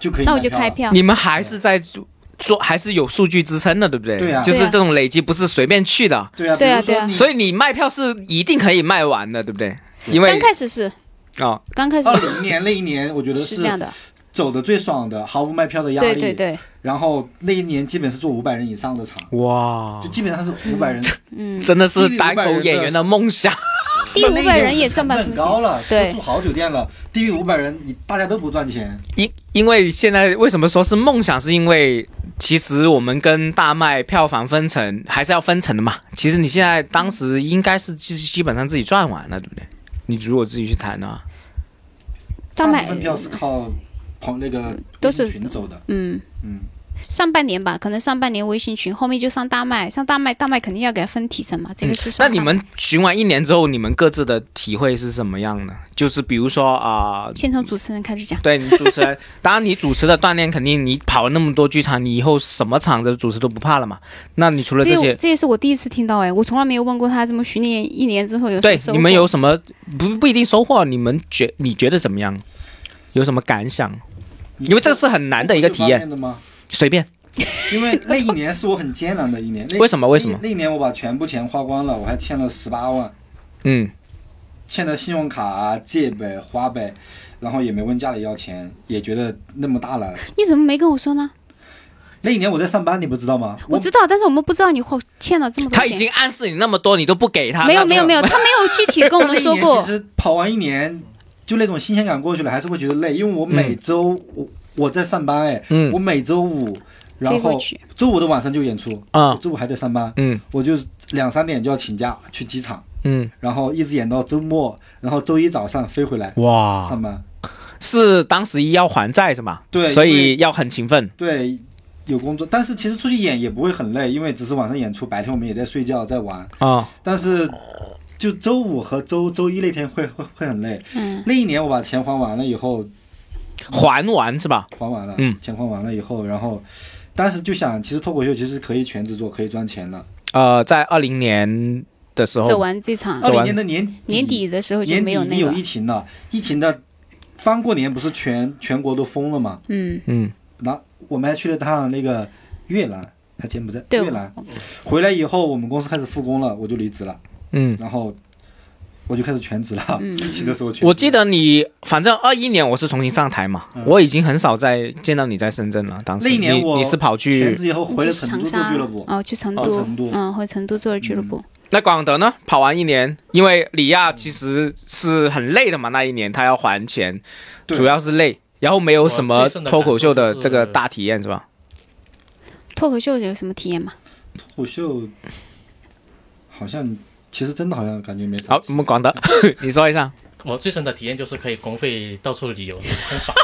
就可以哦那我买就票开了。票。你们还是在做做，还是有数据支撑的，对不对？嗯对啊就是对啊这种累积不是随便去的，对啊，对啊比如对说啊你所以你卖票是一定可以卖完的，对不对？因为刚开始是，哦，刚开始二是零年那一年，我觉得是啊是这样的，走的最爽的，毫无卖票的压力。对对对，然后那一年基本是做五百人以上的场，哇就基本上是五 百人。嗯，真的是单口演员的梦想。第五百人也赚不那了一什么年我们成本高钱，了，对都住好酒店了。低于五百人，你大家都不赚钱。因 因为现在为什么说是梦想，是因为其实我们跟大麦票房分成还是要分成的嘛。其实你现在当时应该是基基本上自己赚完了，对不对？你如果自己去谈的话，大大部麦分票是靠朋那个都是微信群走的，嗯嗯。上半年吧，可能上半年微信群，后面就上大麦，上大麦，大麦肯定要给它分提成嘛，这个是嗯那上大麦。你们巡完一年之后，你们各自的体会是什么样的？就是比如说啊、先从主持人开始讲，对你主持人，当然你主持的锻炼，肯定你跑了那么多剧场，你以后什么场子主持都不怕了嘛。那你除了这这些，这也是我第一次听到哎，我从来没有问过他这么巡演一年之后有什对么收你们获有什么不不一定收获？你们觉你觉得怎么样？有什么感想？因为这是很难的一个体验你会这方面的吗？随便， 因为那一年是我很艰难的一年。那为什么为什么那那一年我把全部钱花光了，我还欠了十八万，嗯欠的信用卡、啊借呗、花呗，然后也没问家里要钱，也觉得那么大了。你怎么没跟我说呢？那一年我在上班，你不知道吗？我知道，但是我们不知道你后欠了这么多他钱。已经暗示你那么多，你都不给他，没那有这没有没有，他没有具体 跟我们说那一年过其。实跑完一年，就那种新鲜感过去了，还是会觉得累，因为我每周、我我在上班哎，嗯我每周五，然飞过后去周五的晚上就演出，啊我周五还在上班，嗯我就两三点就要请假去机场，嗯然后一直演到周末，然后周一早上飞回来哇，上班。是当时要还债是吗？对所因以为要很勤奋。对，有工作，但是其实出去演也不会很累，因为只是晚上演出，白天我们也在睡觉在玩。啊、但是就周五和周周一那天会会会很累。嗯，那一年我把钱还完了以后，还完是吧？还完了，嗯，钱还完了以后，然后当时就想，其实脱口秀其实可以全职做，可以赚钱的。呃，在二零年的时走候，完这场哦二走零完年的年底嗯年底的时候就年没底已那经个，有疫情了，疫情的翻过年不是全全国都封了吗？嗯，嗯，那我们还去了趟那个越南，还柬埔寨，对越南。回来以后，我们公司开始复工了，我就离职了，嗯，然后我就开始全职了。嗯 疫情的时候全职，我记得你，反正二一年我是重新上台嘛，我已经很少再见到你在深圳了。当时嗯那一年你我你是跑全去职以后回去了成长都做沙俱乐部，哦，去成哦都，成都嗯嗯，回成都做俱乐部，那广德呢？跑完一年，因为李亚其实是很累的嘛，那一年他要还钱，对主要是累，然后没有什么我最深的感脱受口秀的就是这个大体验是吧？脱口秀有什么体验吗？脱口秀好像其实真的好像感觉没啥。好，我们广德，嗯 你说一下，我最深的体验就是可以公费到处旅游，很爽。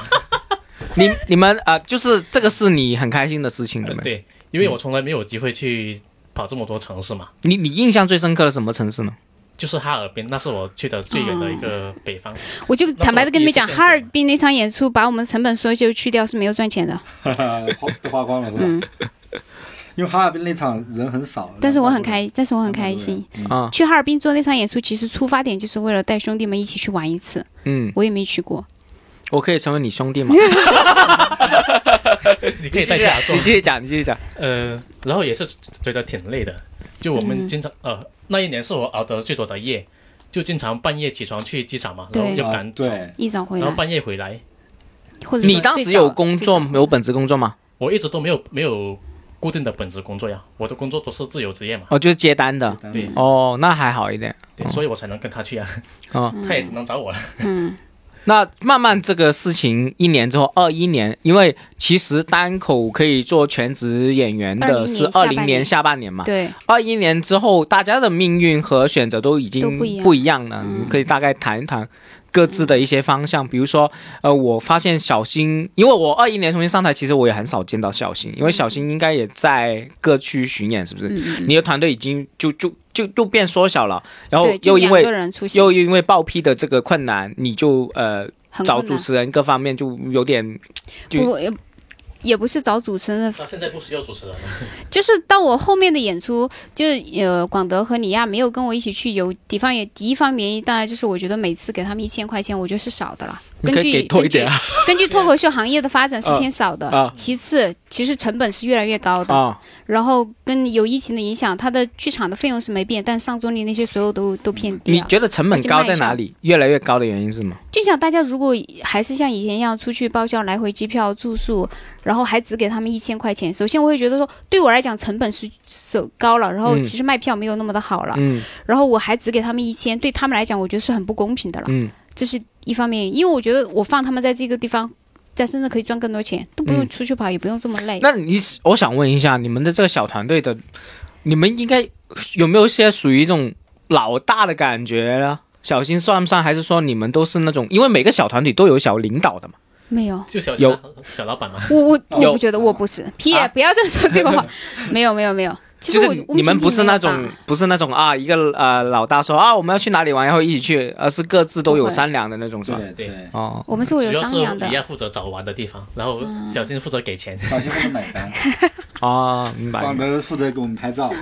你你们啊、呃就是这个是你很开心的事 情，对吗？对，因为我从来没有机会去跑这么多城市嘛，你你印象最深刻的什么城市呢？就是哈尔滨，那是我去的最远的一哦个北方。我就坦白的跟你们讲，那时候第哈尔一次见过滨那场演出把我们成本所有就去掉是没有赚钱的， 嗯花都花光了是吧？因为哈尔滨那场人很少，嗯但是我很然后开，但是我很开心。嗯啊、去哈尔滨做那场演出，其实出发点就是为了带兄弟们一起去玩一次，嗯，我也没去过。我可以成为你兄弟吗？ 你可你继以在续家做你，继续讲，你继续讲。呃，然后也是觉得挺累的。就我们经常、嗯呃，那一年是我熬得最多的夜，就经常半夜起床去机场嘛，然后对又啊赶早，对，一早回然后来，半夜回来，或者说你当时最早有工作最早有本职工作吗？我一直都没有没有固定的本职工作呀，我的工作都是自由职业嘛，哦，就是接单的。对哦，那还好一点。对，所以我才能跟他去啊，哦， 他也只能找我了。那慢慢这个事情一年之后，二一年，因为其实单口可以做全职演员的是二21零年年下半年嘛。对，二一年之后，大家的命运和选择都已经都不一样嗯了。你可以大概谈一谈各自的一些方向，比如说，呃，我发现小新，因为我二一年重新上台，其实我也很少见到小嗯新，因为小新应该也在各区巡演，是不是？嗯你的团队已经就就就就变缩小了，然后对，又就因两个为人出席又因为报批的这个困难，你就呃很找困主难，持人各方面就有点就不也也不是找主持人，那现在不需要主持人了，就是到我后面的演出，就是呃，广德和李亚没有跟我一起去游敌方也，第一方面当然就是我觉得每次给他们一千块钱，我觉得是少的了。你根可以据给多一点啊根 据，根据脱口秀行业的发展是啊偏少的。啊其次，其实成本是越来越高的。啊，然后跟有疫情的影响，它的剧场的费用是没变，但上桌率那些所有都都偏低啊你了。觉得成本高在哪里？越来越高的原因是什么？就想大家如果还是像以前一样出去报销来回机票、住宿，然后还只给他们一千块钱，首先我会觉得说，对我来讲成本是是高了，然后嗯其实卖票没有那么的好了，嗯然后我还只给他们一千，对他们来讲我觉得是很不公平的了，嗯这是一方面，因为我觉得我放他们在这个地方，在深圳可以赚更多钱，都不用嗯出去跑，也不用这么累。那你我想问一下，你们的这个小团队的，你们应该有没有一些属于一种老大的感觉呢？小新算不算？还是说你们都是那种，因为每个小团体都有小领导的嘛？没有，就小有小老板嘛，我我有我不觉得我不是，屁、啊不要再说这 个话，没有没有没有。其就实我是我你们群体不是没有那种吧，不是那种啊，一个呃老大说啊我们要去哪里玩，然后一起去，而是各自都有不会商量的那种，是吧？对对对，哦，我们是主会有要商量是的嗯你。要负责找玩的地方，然后小新负责给钱。小新负责买 单，哦，明白。广德负责给我们拍照，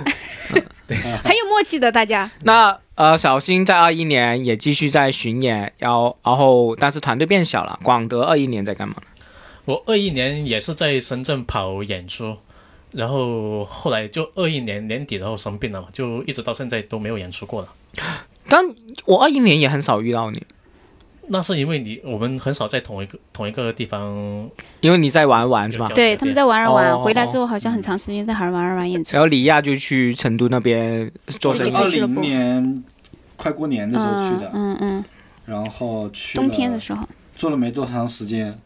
很有默契的，大家。那呃，小新在二一年也继续在巡演，然后然后但是团队变小了。广德二一年在干嘛？我二一年也是在深圳跑演出，然后后来就二一年年底，然后生病了嘛，就一直到现在都没有演出过了。但我二一年也很少遇到你，那是因为你我们很少在同一个同一个地方因为你在玩玩是吧有？交对，集他们在玩儿玩，哦回来之后好像很长时间在玩儿玩儿玩演出。然后李亚就去成都那边做我生 自己是意二开俱乐部零年快过年的时候去的，嗯嗯，然后去了冬天的时候，做了没多长时间，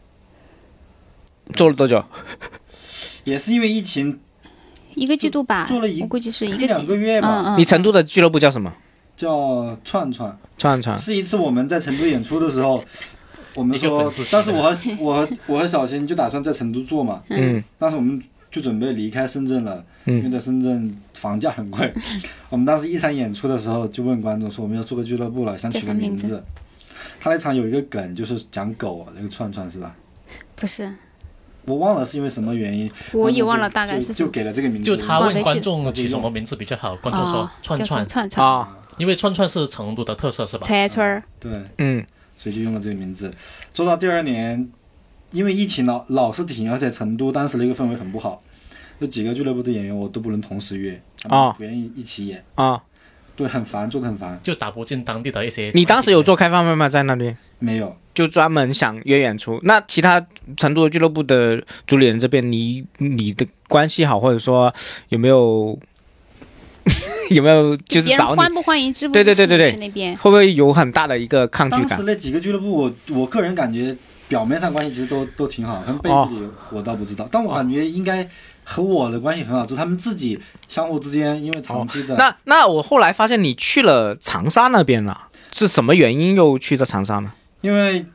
做了多久？也是因为疫情一个季度吧做了一，我估计是一一个两季。个月吧，嗯嗯，你成都的俱乐部叫什么？叫串串，串串。是一次我们在成都演出的 时候。我们啊一个说粉丝，群当时我和我和我和小新就打算在成都 做嘛，嗯当时我们就准备离开深圳了，因为嗯在深圳房价很 贵。我们当时一场演出的时候，就问观众说我们要做个俱乐部了，想取个名叫啥字。他那场有一个梗，就是讲狗这个串串是吧？不是，我忘了是因为什么原因，我也然后忘就了大概就是什就么。给了这个名字。就他我得问记观众起什么名字比较好，观众说哦串叫串，串串啊，因为串串是成都的特色是吧？串串儿，对，嗯，所以就用了这个名字。做到第二年，因为疫情老老是停，而且成都当时的一个氛围很不好，有几个俱乐部的演员我都不能同时约，他们哦不愿意一起演，啊，对， 很烦，做的很烦。就打不进当地的一些。你当时有做开放麦吗？在那里没有，就专门想约演出。那其他成都的俱乐部的主理人这边，你你的关系好，或者说有没有 有没有 就是别人找你，欢不欢迎，支不对对支持对对你对去那 边。会不会有很大的一个抗拒当时感？那几个俱乐部，我我个人感觉表面上关系其实都 都挺好，跟背哦地里我倒不知道，但我感觉应该和我的关系很好，就是他们自己相互之间因为长期的、那那我后来发现你去了长沙那边了，是什么原因又去的长沙呢？因为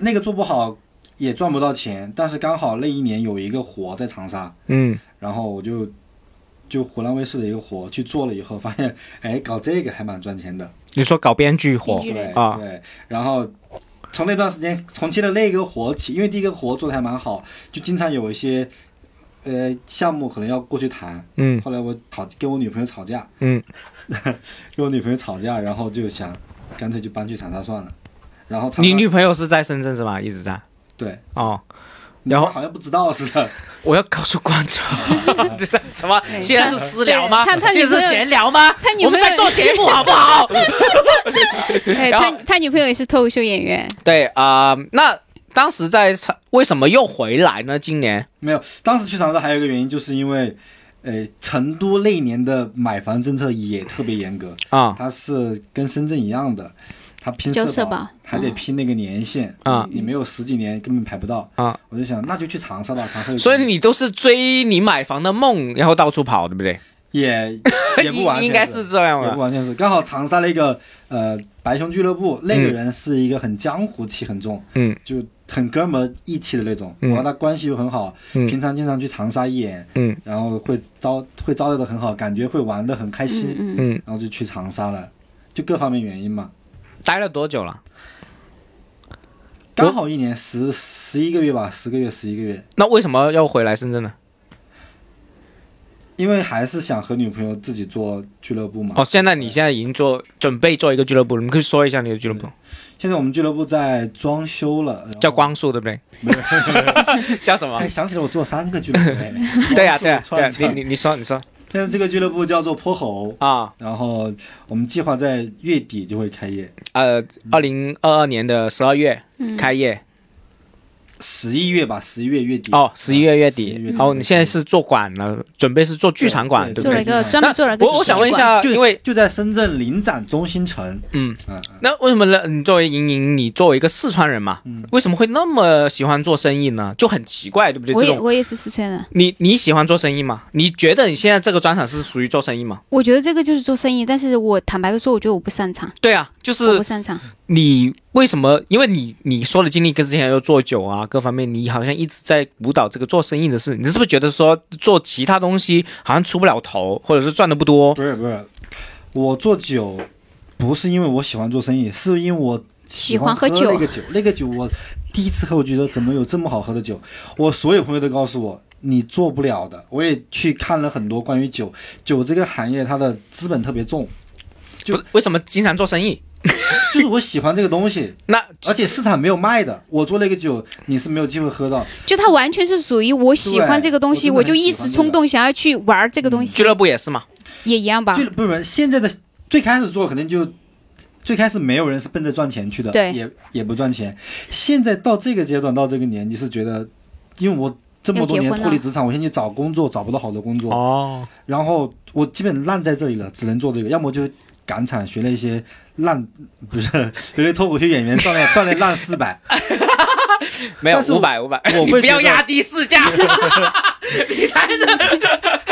那个做不好也赚不到钱，但是刚好那一年有一个活在长沙，嗯，然后我就就湖南卫视的一个活去做了以后，发现 哎搞这个还蛮赚钱的，你说搞编剧火编剧对对啊对，然后。从那段时间，从接了那个活起，因为第一个活做的还蛮好，就经常有一些，呃，项目可能要过去谈。嗯后来我吵跟我女朋友吵架，嗯， 跟我女朋友吵架，然后就想干脆就搬去长沙算了。然后长你沙女朋友是在深圳是吧？一直在对，哦。然后好像不知道似的，我要告诉观众， 这是什么？对现在是私聊吗他他？现在是闲聊吗他？女朋友我们在做节目好不好？哎，然他后他女朋友也是脱口秀演员， 对啊、那当时在长为什么又回来呢？今年没有。当时去长沙还有一个原因，就是因为，呃，成都那一年的买房政策也特别严格，啊它是跟深圳一样的，它拼交社社保还得拼那个年限啊你没有十几年根本排不到啊。我就想，那就去长沙吧，长沙有所以你都是追你买房的梦，然后到处跑，对不对？也也不完全 应应该是这样也不的。完全是，刚好长沙那个呃白熊俱乐部那个嗯人是一个很江湖气很重，嗯，就很哥们儿义气的那种，嗯我和他关系又很好，嗯平常经常去长沙演，嗯，然后会招会招待的很好，感觉会玩的很开心，嗯嗯，嗯，然后就去长沙了，就各方面原因嘛，待了多久了？刚好一年十十一个月吧，十个月十一个月，那为什么要回来深圳呢？因为还是想和女朋友自己做俱乐部嘛。哦，现在你现在已经做准备做一个俱乐部了，你可以说一下你的俱乐部，现在我们俱乐部在装修了，然后哦叫光速，对不对？没有。叫什么，哎，？想起来我做三个俱乐部哎 对呀、啊对呀、光速对呀、串串你你你说你说现在这个俱乐部叫做泼猴，啊，然后我们计划在月底就会开业，呃，二零二二年的十二月嗯开业，十一月吧，十一月月底。哦，十一月月11月底底，哦，你现在是做馆了，准备是做剧场馆，对对做不了一对？个对专门做了一个。我我想问一，下，就因为就在深圳临展中心城，嗯嗯，那为什么呢？你作为莹莹，你作为一个四川人嘛，为什么会那么喜欢做生意呢？就很奇怪，对不对？我这也种我也是四川人，你你喜欢做生意吗？你觉得你现在这个专场是属于做生意吗？我觉得这个就是做生意，但是我坦白的说，我觉得我不擅长，对啊，就我不是擅长。你为什么？因为你你说的经历跟之前又做酒啊各方面，你好像一直在鼓捣这个做生意的事，你是不是觉得说做其他东西好像出不了头，或者是赚的不多？不是不是，我做酒不是因为我喜欢做生意，是因为我欢喝喜欢喝酒那个酒，那个酒我第一次喝，我觉得怎么有这么好喝的酒？我所有朋友都告诉我。你做不了的，我也去看了很多关于酒酒这个行业，它的资本特别重，就不是为什么经常做生意？就是我喜欢这个东西，那而且市场没有卖的，我做那个酒你是没有机会喝到。就它完全是属于我喜欢这个东西，对我我就真的很一喜时欢这冲个嗯动想要去玩儿这个东西俱，乐部也是嘛，也一样吧就？不是现在的最开始做肯定就最开始没有人是奔着赚钱去的，对也也不赚钱。现在到这个阶段，到这个年纪是觉得，因为我这么要多结年婚了脱离职场，我先去找工作，找不到好的工作，哦，然后我基本烂在这里了，只能做这个，要么就赶场学了一些烂，不是 有些脱口秀演员赚了赚了烂四百，没有但是五我百五百，我你会不要觉得压低市 价，你才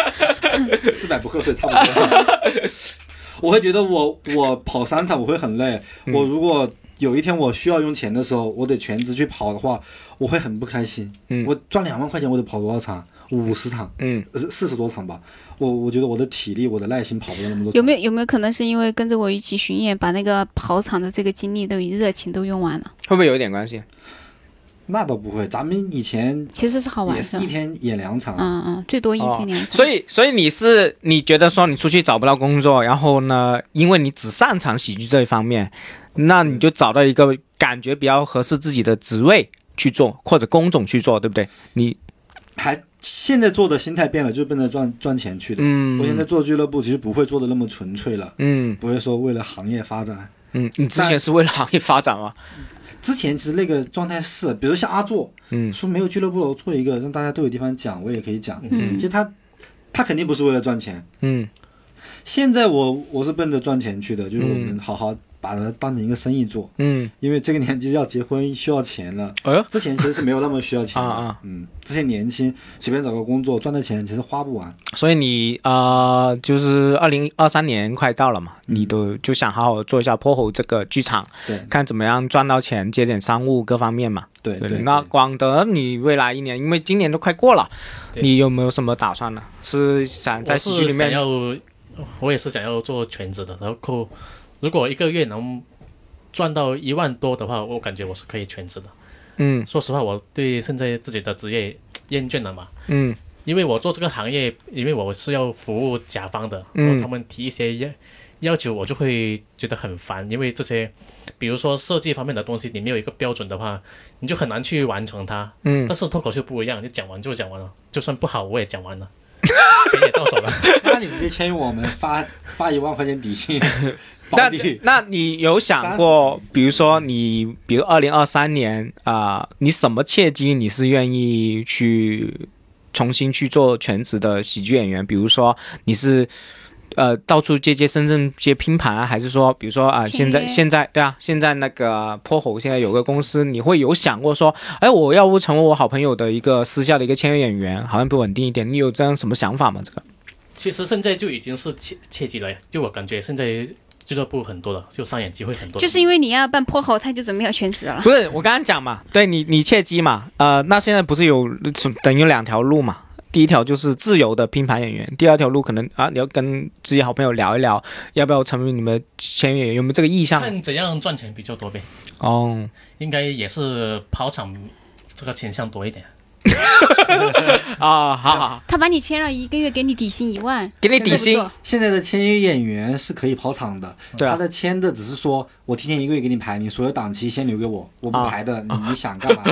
四百不喝水差不多。 我会觉得我我跑三场我会很累，嗯我如果有一天我需要用钱的时候，我得全职去跑的话，我会很不开心。嗯我赚两万块钱，我得跑多少场？五十场，呃嗯，四四十多场吧。我我觉得我的体力、我的耐心跑不了那么多场。有没有有没有可能是因为跟着我一起巡演，把那个跑场的这个精力都热情都用完了？会不会有一点关系？那倒不会，咱们以前其实是好也玩是的一。天啊演两场，嗯嗯，最多一哦天两 场。所以，所以你是你觉得说你出去找不到工作，然后呢，因为你只擅长喜剧这一方面，那你就找到一个感觉比较合适自己的职位去做，或者工种去做，对不对？你还现在做的心态变了，就奔着赚赚钱去的。嗯，我现在做俱乐部其实不会做的那么纯粹了，嗯不会说为了行业发展。嗯，你之前是为了行业发展吗？之前其实那个状态是，比如像阿座，嗯说没有俱乐部我做一个，让大家都有地方讲，我也可以讲。嗯，其实他他肯定不是为了赚钱。嗯现在我我是奔着赚钱去的，就是我们好好把它当成一个生意做，嗯，因为这个年纪要结婚需要钱了。哎呦，之前其实是没有那么需要钱的，啊啊嗯，之前年轻随便找个工作赚的钱其实花不完，所以你啊、呃就是二零二三年快到了嘛，你都就想好好做一下泼猴这个剧场，对看怎么样赚到钱，接点商务各方面嘛。对对对，那广德，你未来一年，因为今年都快过了，对你有没有什么打算呢？是想在喜剧我里是想面？要，我也是想要做全职的。然后，如果一个月能赚到一万多的话，我感觉我是可以全职的。嗯说实话，我对现在自己的职业厌倦了嘛，嗯因为我做这个行业，因为我是要服务甲方的，嗯然后他们提一些要要求，我就会觉得很烦，因为这些，比如说设计方面的东西，你没有一个标准的话，你就很难去完成它。嗯但，是脱口秀不一样，你讲完就讲完了，就算不好我也讲 完了，钱也到手了。那你直接签我们发发一万块钱 底薪， 那保底。那你有想过，比如说你，比如二零二三年啊、你什么契机你是愿意去重新去做全职的喜剧演员？比如说你是。呃，到处接接深圳接拼盘啊，还是说，比如说啊、拼现在约现在对啊，现在那个泼猴现在有个公司，你会有想过说，哎，我要不成为我好朋友的一个私下的一个签约演员，好像不稳定一点，你有这样什么想法吗？这个，其实现在就已经是切切记了呀，就我感觉现在俱乐部很多了，就商演机会很多了。就是因为你要办泼猴，他就准备要全职了。不是，我刚刚讲嘛，对你你切记嘛，呃，那现在不是有等于有两条路嘛？第一条就是自由的拼盘演员，第二条路可能啊，你要跟自己好朋友聊一聊，要不要成为你们签约演员，有没有这个意向？看怎样赚钱比较多呗，哦，应该也是跑场这个倾向多一点。啊，好好，好，他把你签了一个月，给你底薪一万，给你底薪这不，错现在的签约演员是可以跑场的，对啊他的签的只是说我提前一个月给你排，你所有档期先留给我，我不啊排的，你你想 干嘛？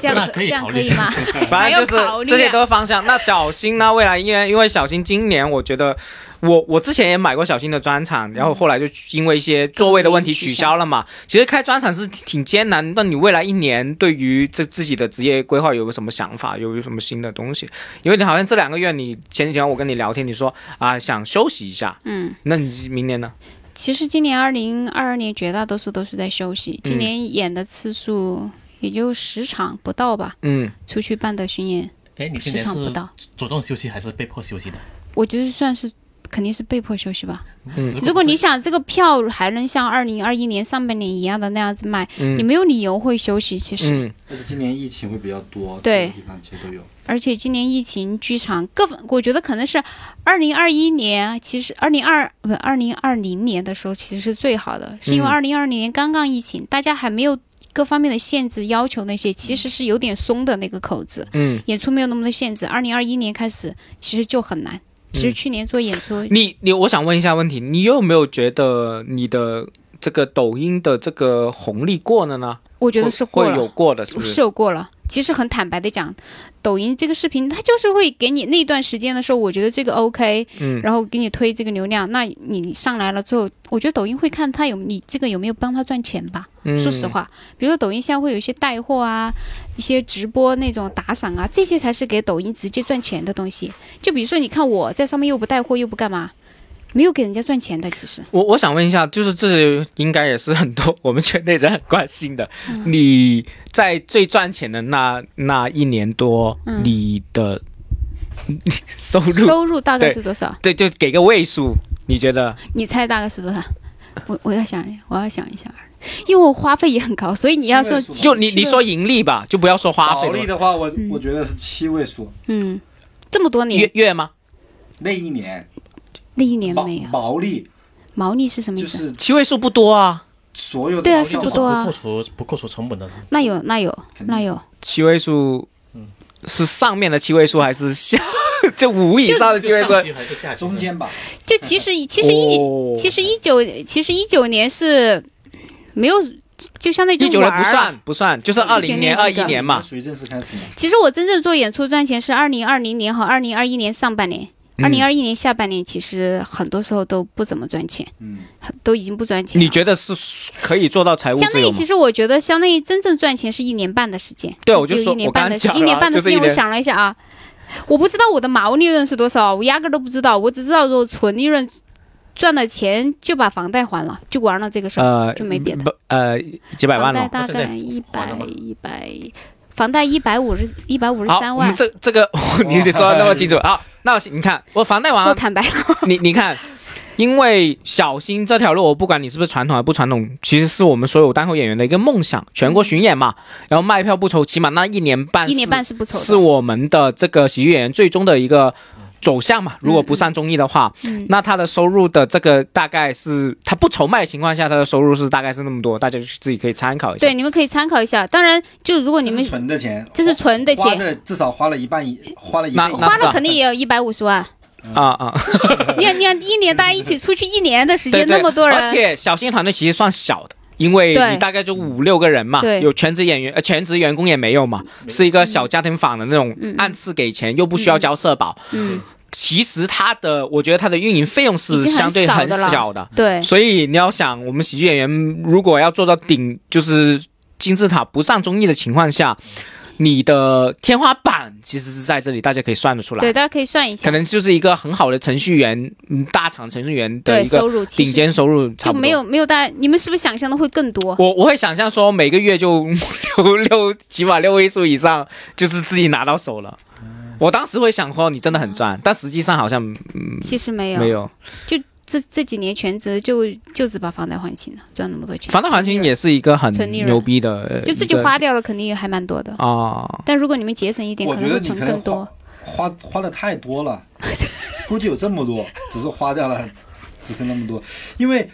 这样那可以这样考可虑以 吗？反正就是还要考虑啊这些都是方向。那小新呢？未来因为因为小新今年，我觉得我我之前也买过小新的专场，然后后来就因为一些座位的问题取消了嘛。其实开专场是挺艰难。那你未来一年对于这自己的职业规划有个什么想法？有有什么新的东西？因为你好像这两个月你前几天我跟你聊天，你说啊想休息一下，嗯，那你明年呢？其实今年二零二二年绝大多数都是在休息，今年演的次数也就十场不到吧，嗯，出去办的巡演哎，你今十年场不是到，主动休息还是被迫休息的？我觉得算是肯定是被迫休息吧。嗯如果你想这个票还能像二零二一年上半年一样的那样子卖，嗯你没有理由会休息。其实，嗯而且今年疫情会比较多，对各个地方其实都有。而且今年疫情，剧场各方，我觉得可能是二零二一年，其实二零二不二零二零年的时候其实是最好的，是因为嗯二零二零年刚刚疫情，大家还没有各方面的限制要求那些，其实是有点松的那个口子，嗯，演出没有那么多限制。二零二一年开始其实就很难，嗯其实去年做演出，你你，我想问一下问题，你有没有觉得你的这个抖音的这个红利过了呢？我觉得是过会了有。过的，是不是？是有过了。其实很坦白的讲，抖音这个视频，它就是会给你那段时间的时候，我觉得这个 OK，嗯然后给你推这个流量。那你上来了之后，我觉得抖音会看它有你这个有没有帮他赚钱吧。嗯说实，话，比如说抖音现在会有一些带货啊，一些直播那种打赏啊，这些才是给抖音直接赚钱的东西。就比如说，你看我在上面又不带货又不干嘛，没有给人家赚钱的，其实。我我想问一下，就是这应该也是很多我们圈内人很关心的。嗯你在最赚钱的那那一年多，你的 收入，嗯收入大概对是多少？对，就给个位数，你觉得？你猜大概是多少？我我要想，我要想一下，因为我花费也很高，所以你要说七位数吧就你你说盈利吧，就不要说花保利费了，的话，我我觉得是七位数，嗯，这么多月年月吗？那一年那一年毛没有毛利毛利是什么意就思？是七位数不多啊，所有嗯的对啊劳力是都不至是少多啊不扣除不扣除成本的，那有那有肯定那有，七位数是上面的七位数还是下 就五以上的七就位数？上级还是下级？中间吧，就其实其实一、哦其实一九其实一九年是没有，就相当于就一九玩年儿不啊算不算，就是二零年、二19一年嘛。属于正式开始嘛。其实我真正做演出赚钱是二零二零年和二零二一年上半年，嗯二零二一年下半年其实很多时候都不怎么赚钱，嗯，都已经不赚钱了。你觉得是可以做到财务相自当由于，吗其？实我觉得，相当于真正赚钱是一年半的时间。对我就只有说一年我刚半的时讲间，一年了啊半的就是时间。一我年想了一下啊，我不知道我的毛利润是多少，我压根儿都不知道，我只知道说纯利润赚了钱就把房贷还了，就完了这个事儿，呃，就没别的。不呃几百房万贷了。大那现在概一还了百吗一百，房贷一百五十一百五十好，三我们万。这这个 你得说的那么清楚好，那你看我房贷完做了，坦白了，你你看，因为小新这条路，我不管你是不是传统还不传统，其实是我们所有单口演员的一个梦想，全国巡演嘛，然后卖票不愁，起码那一年半一年是半是不愁的。是我们的这啊个喜剧演员最终的一个走向嘛。如果不上综艺的话，嗯那他的收入的这个大概是他不愁卖的情况下，他的收入是大概是那么多，大家就自己可以参考一下。对，你们可以参考一下。当然，就如果哦你这们是存的钱，这是存的花钱，的至少花了一半以，花了一那半以那上花是啊了肯定也有一百五十万。啊啊，你看，你看，一年大家一起出去一年的时对间，那对，么多人，而且小新团队其实算小的。因为对你大概就五六个人嘛，对嗯有全职演员，呃，全职员工也没有嘛，是一个小家庭坊的那种，按次给钱，又不需要交社保。嗯，其实它的，我觉得它的运营费用已是经很相对少很的了小的，对，所以你要想，我们喜剧演员如果要做到顶，就是金字塔不上综艺的情况下，你的天花板其实是在这里，大家可以算得出来对，。大家可以算一下可，能就是一个很好的程序员，嗯，大厂程序员的对一个收入其顶实尖收入，差就不多没有。没有大家，你们是不是想象的会更多？我我会想象说，每个月就六六起码六位数以上，就是自己拿到手了。我当时会想说，你真的很赚，但实际上好像其实没有，没有。这这几年全职就就只把房贷还清了，赚那么多钱，反正行情也是一个很纯利润牛逼的呃，就自己一个花掉了，肯定也还蛮多的。啊。但如果你们节省一点，我可能觉得会你存可能更多。花花的太 多了，估计有这么多，只是花掉了，只剩那么多。因为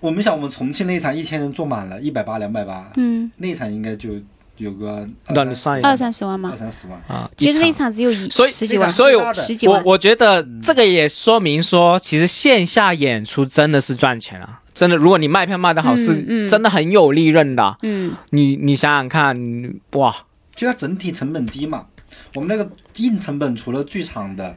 我们想，我们重庆那一场一千人坐满了，一百八、两百八，嗯，那一场应该就有个让你上一二三十万二嘛，三十万。啊，其实那一一场场嗯只有一所以十几万，所以我十几我万。我觉得这个也说明说，其实线下演出真的是赚钱啊。真的，如果你卖票卖得好，嗯是嗯真的很有利润的。啊嗯，你你想想看，哇，就它整体成本低嘛。我们那个硬成本除了剧场的，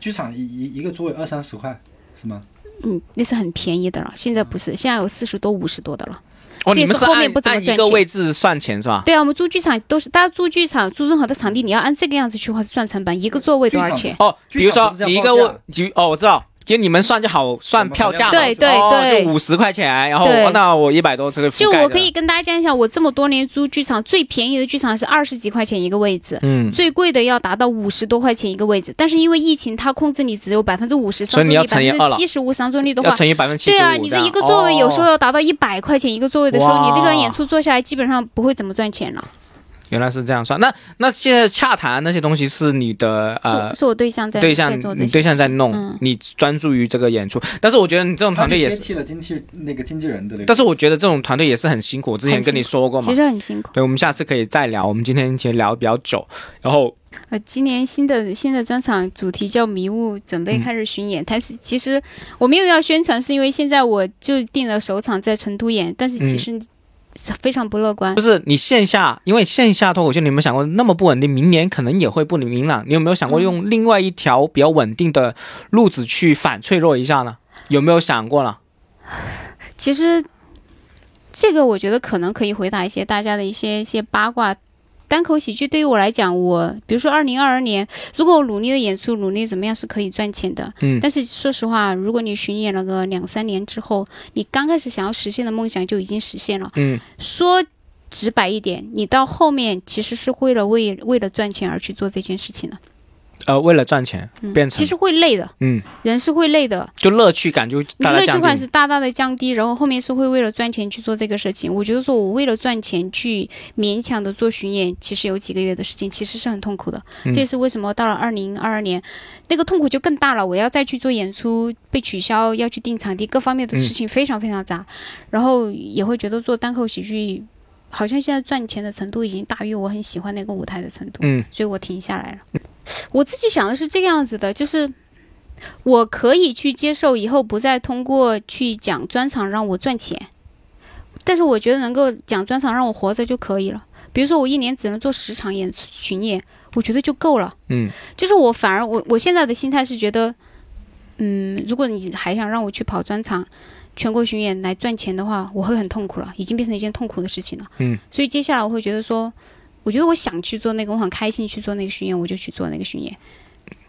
剧场一一一个座位二三十块是吗？嗯，那是很便宜的了，现在不是，现在有四十多、五十多的了。哦，这你也们是是后按面不怎么按一赚个钱位置算钱是吧？对啊，我们租剧场都是，大家租剧场、租任何的场地，你要按这个样子去换算成本，一个座位多少钱？哦，比如剧场说不是这样你一个报价位，就哦，我知道。就你们算就好，算票价嘛，对对哦，对就五十块钱，然后对哦那我一百多这个覆就盖我的可以，跟大家讲一下，我这么多年租剧场，最便宜的剧场是二十几块钱一个位置，嗯，最贵的要达到五十多块钱一个位置。但是因为疫情，它控制你只有百分之五十所以上座你率，要百乘以分二之了七十五上座率的要话，乘以百分之七十五，哦对啊，你的一个座位有时候要达到一百块钱一个座位的时候，你这个人演哇出坐下来基本上不会怎么赚钱了。原来是这样算。那那现在洽谈那些东西是你的呃是是我对象在对在象做，这你些对象事在情弄，嗯你专注于这个演出。但是我哦觉得你这种他团队也接是，替了经纪那个经纪人的那但个。是我觉得这种团队也是很辛苦。我之前很跟你辛说过嘛其，实很辛苦。对，我们下次可以再聊。我们今天其实聊得比较久，然后呃，今年新的新的专场主题叫《迷雾》，准备开始巡演。但是其实我没有要宣传，是因为现在我就定了首场在成都演，但是其嗯实非常不乐观。不是你线下，因为线下脱口秀你有没有想过那么不稳定，明年可能也会不明朗。你有没有想嗯过用另外一条比较稳定的路子去反脆弱一下呢？有没有想过呢？其实这个我觉得可能可以回答一些大家的一些一些八卦。单口喜剧对于我来讲，我比如说二零二二年，如果我努力的演出，努力怎么样是可以赚钱的。嗯但是说实话，如果你巡演了个两三年之后，你刚开始想要实现的梦想就已经实现了。嗯，说直白一点，你到后面其实是为了为为了赚钱而去做这件事情的。呃，为了赚钱变成，嗯其实会累的，嗯，人是会累的，就乐趣感就你大大乐趣降感低。是大大的降低，然后后面是会为了赚钱去做这个事情。我觉得说我为了赚钱去勉强的做巡演，其实有几个月的时间，其实是很痛苦的。嗯这也是为什么到了二零二二年，那个痛苦就更大了。我要再去做演出，被取消，要去订场地，各方嗯面的事情非常非常杂，然后也会觉得做单口喜剧。好像现在赚钱的程度已经大于我很喜欢那个舞台的程度，嗯，所以我停下来了。我自己想的是这个样子的，就是我可以去接受以后不再通过去讲专场让我赚钱，但是我觉得能够讲专场让我活着就可以了。比如说我一年只能做十场演出巡演，我觉得就够了。嗯，就是我反而我我现在的心态是觉得，嗯，如果你还想让我去跑专场。全国巡演来赚钱的话，我会很痛苦了，已经变成一件痛苦的事情了。嗯，所以接下来我会觉得说，我觉得我想去做那个，我很开心去做那个巡演，我就去做那个巡演，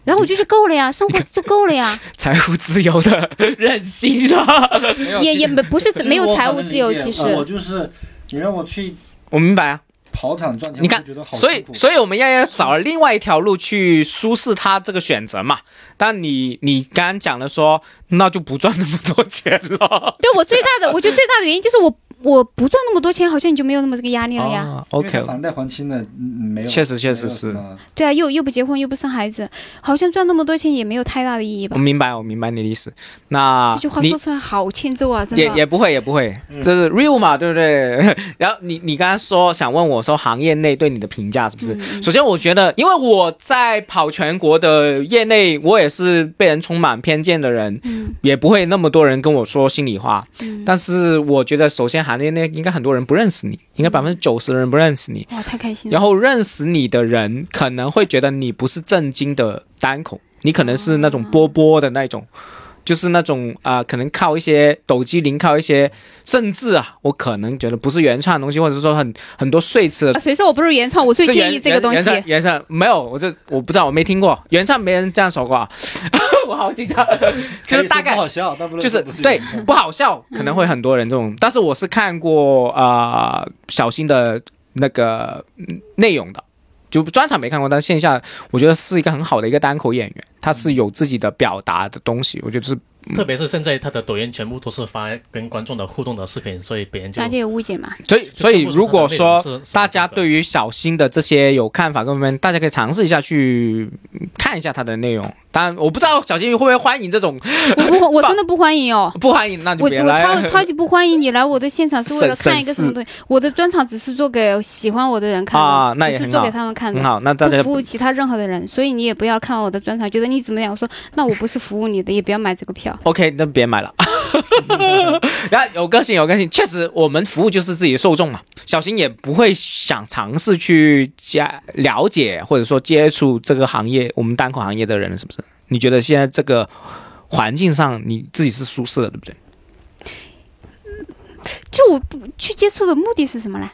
然后我就觉得够了呀，生活就够了呀。财务自由的 任性嗯的，也也不不是其实没有我财很务能自由，理解呃其实啊嗯我就是你让我去我明白啊。跑场赚钱，你看我就觉得好所以，辛苦所以我们要要找另外一条路去舒适他这个选择嘛。但你你刚刚讲的说，那就不赚那么多钱了。 对我最大的，我觉得最大的原因就是我我不赚那么多钱，好像你就没有那么这个压力了呀。啊因为他，OK，房贷还清了，嗯没有，确实确没实有是什么对啊，又又不结婚，又不生孩子，好像赚那么多钱也没有太大的意义吧我？明白，我明白你的意思。那这句嗯话啊你说出来好欠揍啊！真也也的，不会，也不会，这是 real 嘛，对不对？ 然后你你刚刚说想问我说行业内对你的评价是不是？首先我觉得，因为我在跑全国的业内，我也是被人充满偏见的人，也不会那么多人跟我说心里话。但是我觉得，首先行业内应该很多人不认识你，应该百分之九十的人不认识你，哇，太开心了然。后认识你的人可能会觉得你不是正经的单口，你可能是那种波波的那种，就是那种啊、可能靠一些抖机灵，靠一些，甚至啊，我可能觉得不是原创的东西，或者说很很多碎词啊的。谁说我不是原创？我最是介原意这个东原西。原唱原唱没有，我这我不知道，我没听过原唱，没人这样说过啊， 我好紧张， 就是大哎概不好笑，大不了就是不是对原创不好笑，可能会很多人这嗯种，但是我是看过啊、呃小新的那个嗯内容的，就专场没看过，但线下我觉得是一个很好的一个单口演员，他是有自己的表达的东西，我觉得是特别是现在他的抖音全部都是发跟观众的互动的视频，所以别人就大家有误 解嘛？所以所以就看不出如果他的内容说是什么风格大家对于小新的这些有看法各方面，大家可以尝试一下去嗯看一下他的内容，当然我不知道小新会不会欢迎这种，我不，我真的不欢迎哦。不欢迎那就我别我来超了。超级不欢迎你来我的现 场，是为了省看一个什么省东西。我的专场只是做给喜欢我的人看的，啊那也只是很做好嗯给他们看的很。 好，那大不家服务其他任何的人，所以你也不要看我的专场，觉得你怎么样，我说那我不是服务你的，也不要买这个票。 OK，那别买了。 然后有个性，有个性，确实我们服务就是自己的受众嘛。小新也不会想尝试去加了解或者说接触这个行业，我们单口行业的人是不是？你觉得现在这个环境上你自己是舒适的，对不对？就我不去接触的目的是什么呢？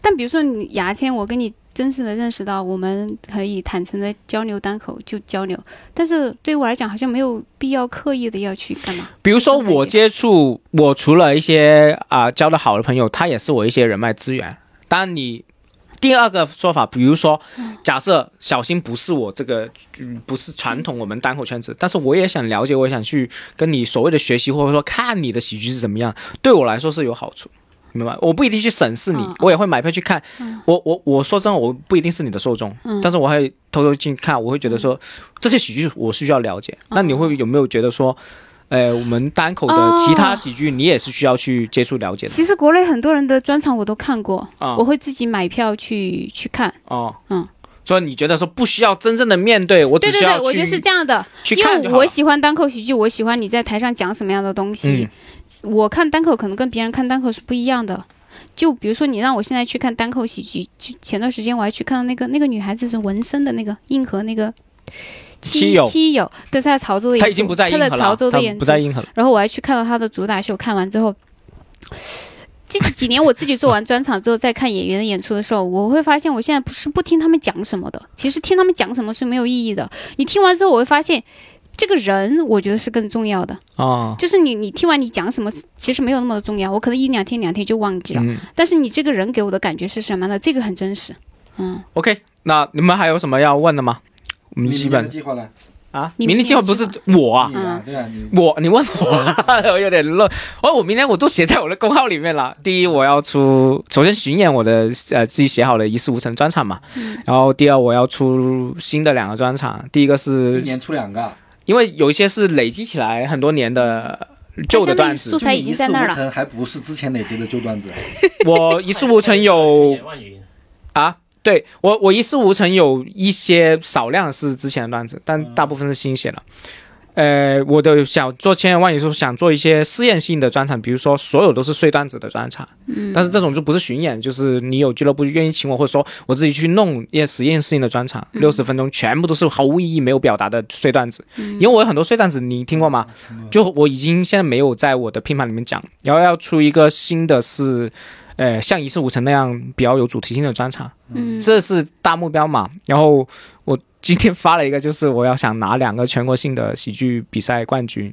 但比如说你牙签，我跟你真实的认识到，我们可以坦诚的交流单口就交流，但是对于我来讲，好像没有必要刻意的要去干嘛。比如说我接触，我除了一些啊、交的好的朋友，他也是我一些人脉资源。当然你。第二个说法，比如说，假设小新不是我这个，嗯不是传统我们单口圈子，但是我也想了解，我也想去跟你所谓的学习，或者说看你的喜剧是怎么样，对我来说是有好处，明白吗？我不一定去审视你嗯嗯，我也会买票去看。我我我说真的，我不一定是你的受众，但是我会偷偷进看，我会觉得说这些喜剧我需要了解。那你会有没有觉得说？呃，我们单口哦的其他喜剧，你也是需要去接触了解的其实国内很多人的专场我都看过，啊我会自己买票去去看。哦。嗯，所以你觉得说不需要真正的面对，我只对对需要对，去我觉得是这样的，去因看就为好我了。喜欢单口喜剧，我喜欢你在台上讲什么样的东嗯西。我看单口可能跟别人看单口是不一样的。就比如说，你让我现在去看单口喜剧，就前段时间我还去看到那个那个女孩子是纹身的那个硬核那个七友七友，对，在潮州的演出，他已经不在硬核她在潮了，州他的演出不在硬核了。然后我还去看了他的主打秀，看完之后，这几年我自己做完专场之后，再看演员的演出的时候，我会发现我现在不是不听他们讲什么的，其实听他们讲什么是没有意义的。你听完之后，我会发现。这个人，我觉得是更重要的，哦，就是你，你听完你讲什么，其实没有那么的重要。我可能一两天、两天就忘记了，嗯但是你这个人给我的感觉是什么呢？这个很真实，嗯， ，OK，那你们还有什么要问的吗？我们你基明年的本计划呢？啊，你明天明计划年不计是我啊，你啊，对啊，你我你问我 啊，我有点乱。哦，我明天我都写在我的公号里面了。第一，我要出，首先巡演我的呃自己写好的一事无成专场嘛。然后第二，我要出新的两个专场，第一个一是年出两个，啊因为有一些是累积起来很多年的旧的段它相当于素子，材已经在那儿了就你一事无成还不是之前累积的旧段子，我一事无成有万语音啊。对我，我一事无成有一些少量是之前的段子，但大部分是新写的。呃，我的想做千言万语说想做一些试验性的专场，比如说所有都是碎段子的专场，嗯，但是这种就不是巡演，就是你有俱乐部愿意请我，或者说我自己去弄一些实验性的专场，六十分钟全部都是毫无意义、没有表达的碎段子，因为我有很多碎段子，你听过吗？就嗯我已经现在没有在我的拼盘里面讲，然后要出一个新的是，呃，像一事无成那样比较有主题性的专场，嗯，这是大目标嘛。然后我今天发了一个，就是我要想拿两个全国性的喜剧比赛冠军，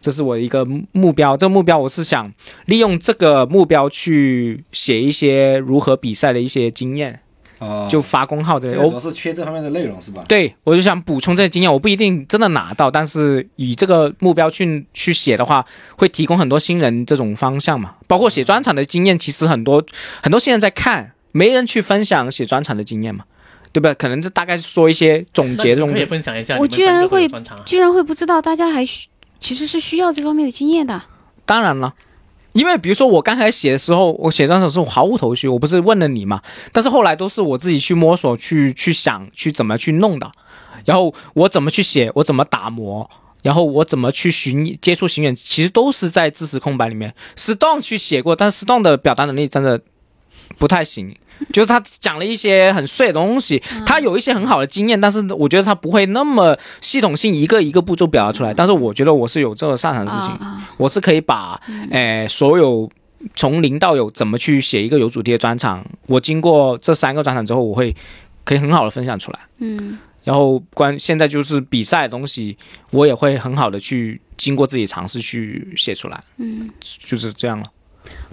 这是我一个目标。这个目标我是想利用这个目标去写一些如何比赛的一些经验，哦，就发公号之这类个的。我主要是缺这方面的内容是吧？对我就想补充这些经验，我不一定真的拿到，但是以这个目标去去写的话，会提供很多新人这种方向嘛。包括写专场的经验，其实很多很多新人在看，没人去分享写专场的经验嘛，对吧？可能这大概说一些总结这那你种可以分享一下你我们居然三个会的专场啊。居然会不知道，大家还需其实是需要这方面的经验的。当然了，因为比如说我刚开始写的时候，我写专场的时候毫无头绪，我不是问了你嘛？但是后来都是我自己去摸索、去去想、去怎么去弄的，然后我怎么去写，我怎么打磨。然后我怎么去巡接触巡演，其实都是在知识空白里面。Stone 去写过，但 Stone 的表达能力真的不太行，就是他讲了一些很碎的东西，他有一些很好的经验，但是我觉得他不会那么系统性一个一个步骤表达出来。但是我觉得我是有这个擅长之情啊，啊，我是可以把诶、呃所有从零到有怎么去写一个有主题的专场，我经过这三个专场之后，我会可以很好的分享出来。嗯，然后关现在就是比赛的东西，我也会很好的去经过自己尝试去写出来。嗯，就是这样了。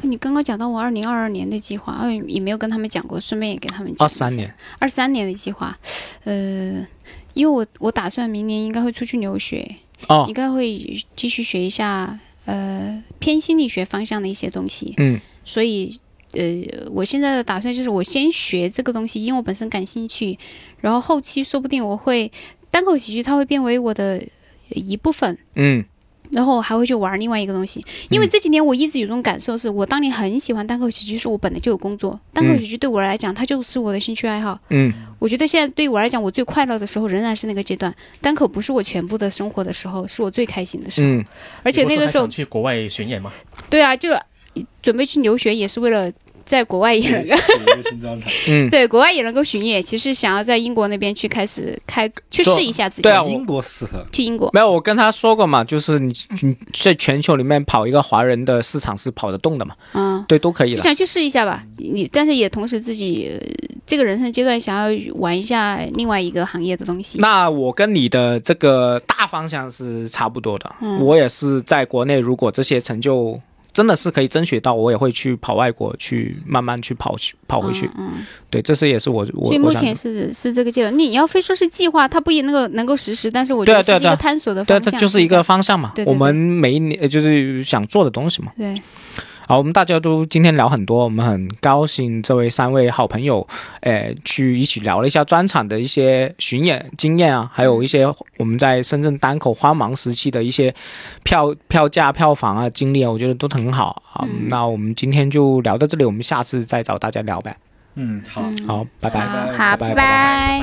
你刚刚讲到我二零二二年的计划，哎，也没有跟他们讲过，顺便也给他们讲二一下啊哦三年，二三年的计划，呃，因为我我打算明年应该会出去留学，哦应，该会继续学一下呃偏心理学方向的一些东西，嗯，所以呃，我现在的打算就是我先学这个东西，因为我本身感兴趣，然后后期说不定我会单口喜剧，它会变为我的一部分，嗯然后我还会去玩另外一个东西，因为这几年我一直有种感受是，我当年很喜欢单口喜剧，是我本来就有工作，单口喜剧对我来讲，它就是我的兴趣爱好。嗯，我觉得现在对我来讲，我最快乐的时候仍然是那个阶段，单口不是我全部的生活的时候，是我最开心的时候。嗯而且那你不个是还时候想，去国外巡演嘛，对啊，就准备去留学也是为了在国外也能 够写一个新专场，嗯，对国外也能够巡演，其实想要在英国那边去开始开去做试一下自己，对啊我英国适合，去英国。没有，我跟他说过嘛，就是你你在全球里面跑一个华人的市场是跑得动的嘛，嗯，对，都可以就了。想去试一下吧。你但是也同时自己呃这个人生阶段想要玩一下另外一个行业的东西。那我跟你的这个大方向是差不多的，嗯我也是在国内，如果这些成就真的是可以争取到，我也会去跑外国，去慢慢去跑去跑回去。嗯，嗯对，这是也是我我所以我目想前是是这个阶段。你要非说是计划，它不一定能够能够实施，但是我觉对啊得是对啊一对啊个探索的方对，向。这就是一个方向嘛。对对对我们每一年呃就是想做的东西嘛。对，好，我们大家都今天聊很多，我们很高兴这位三位好朋友，呃，去一起聊了一下专场的一些巡演经验啊，还有一些我们在深圳单口荒忙时期的一些票票价、票房啊经历啊，我觉得都很好啊。那我们今天就聊到这里，我们下次再找大家聊呗。嗯，好。嗯好，拜拜。好，好，拜拜拜拜。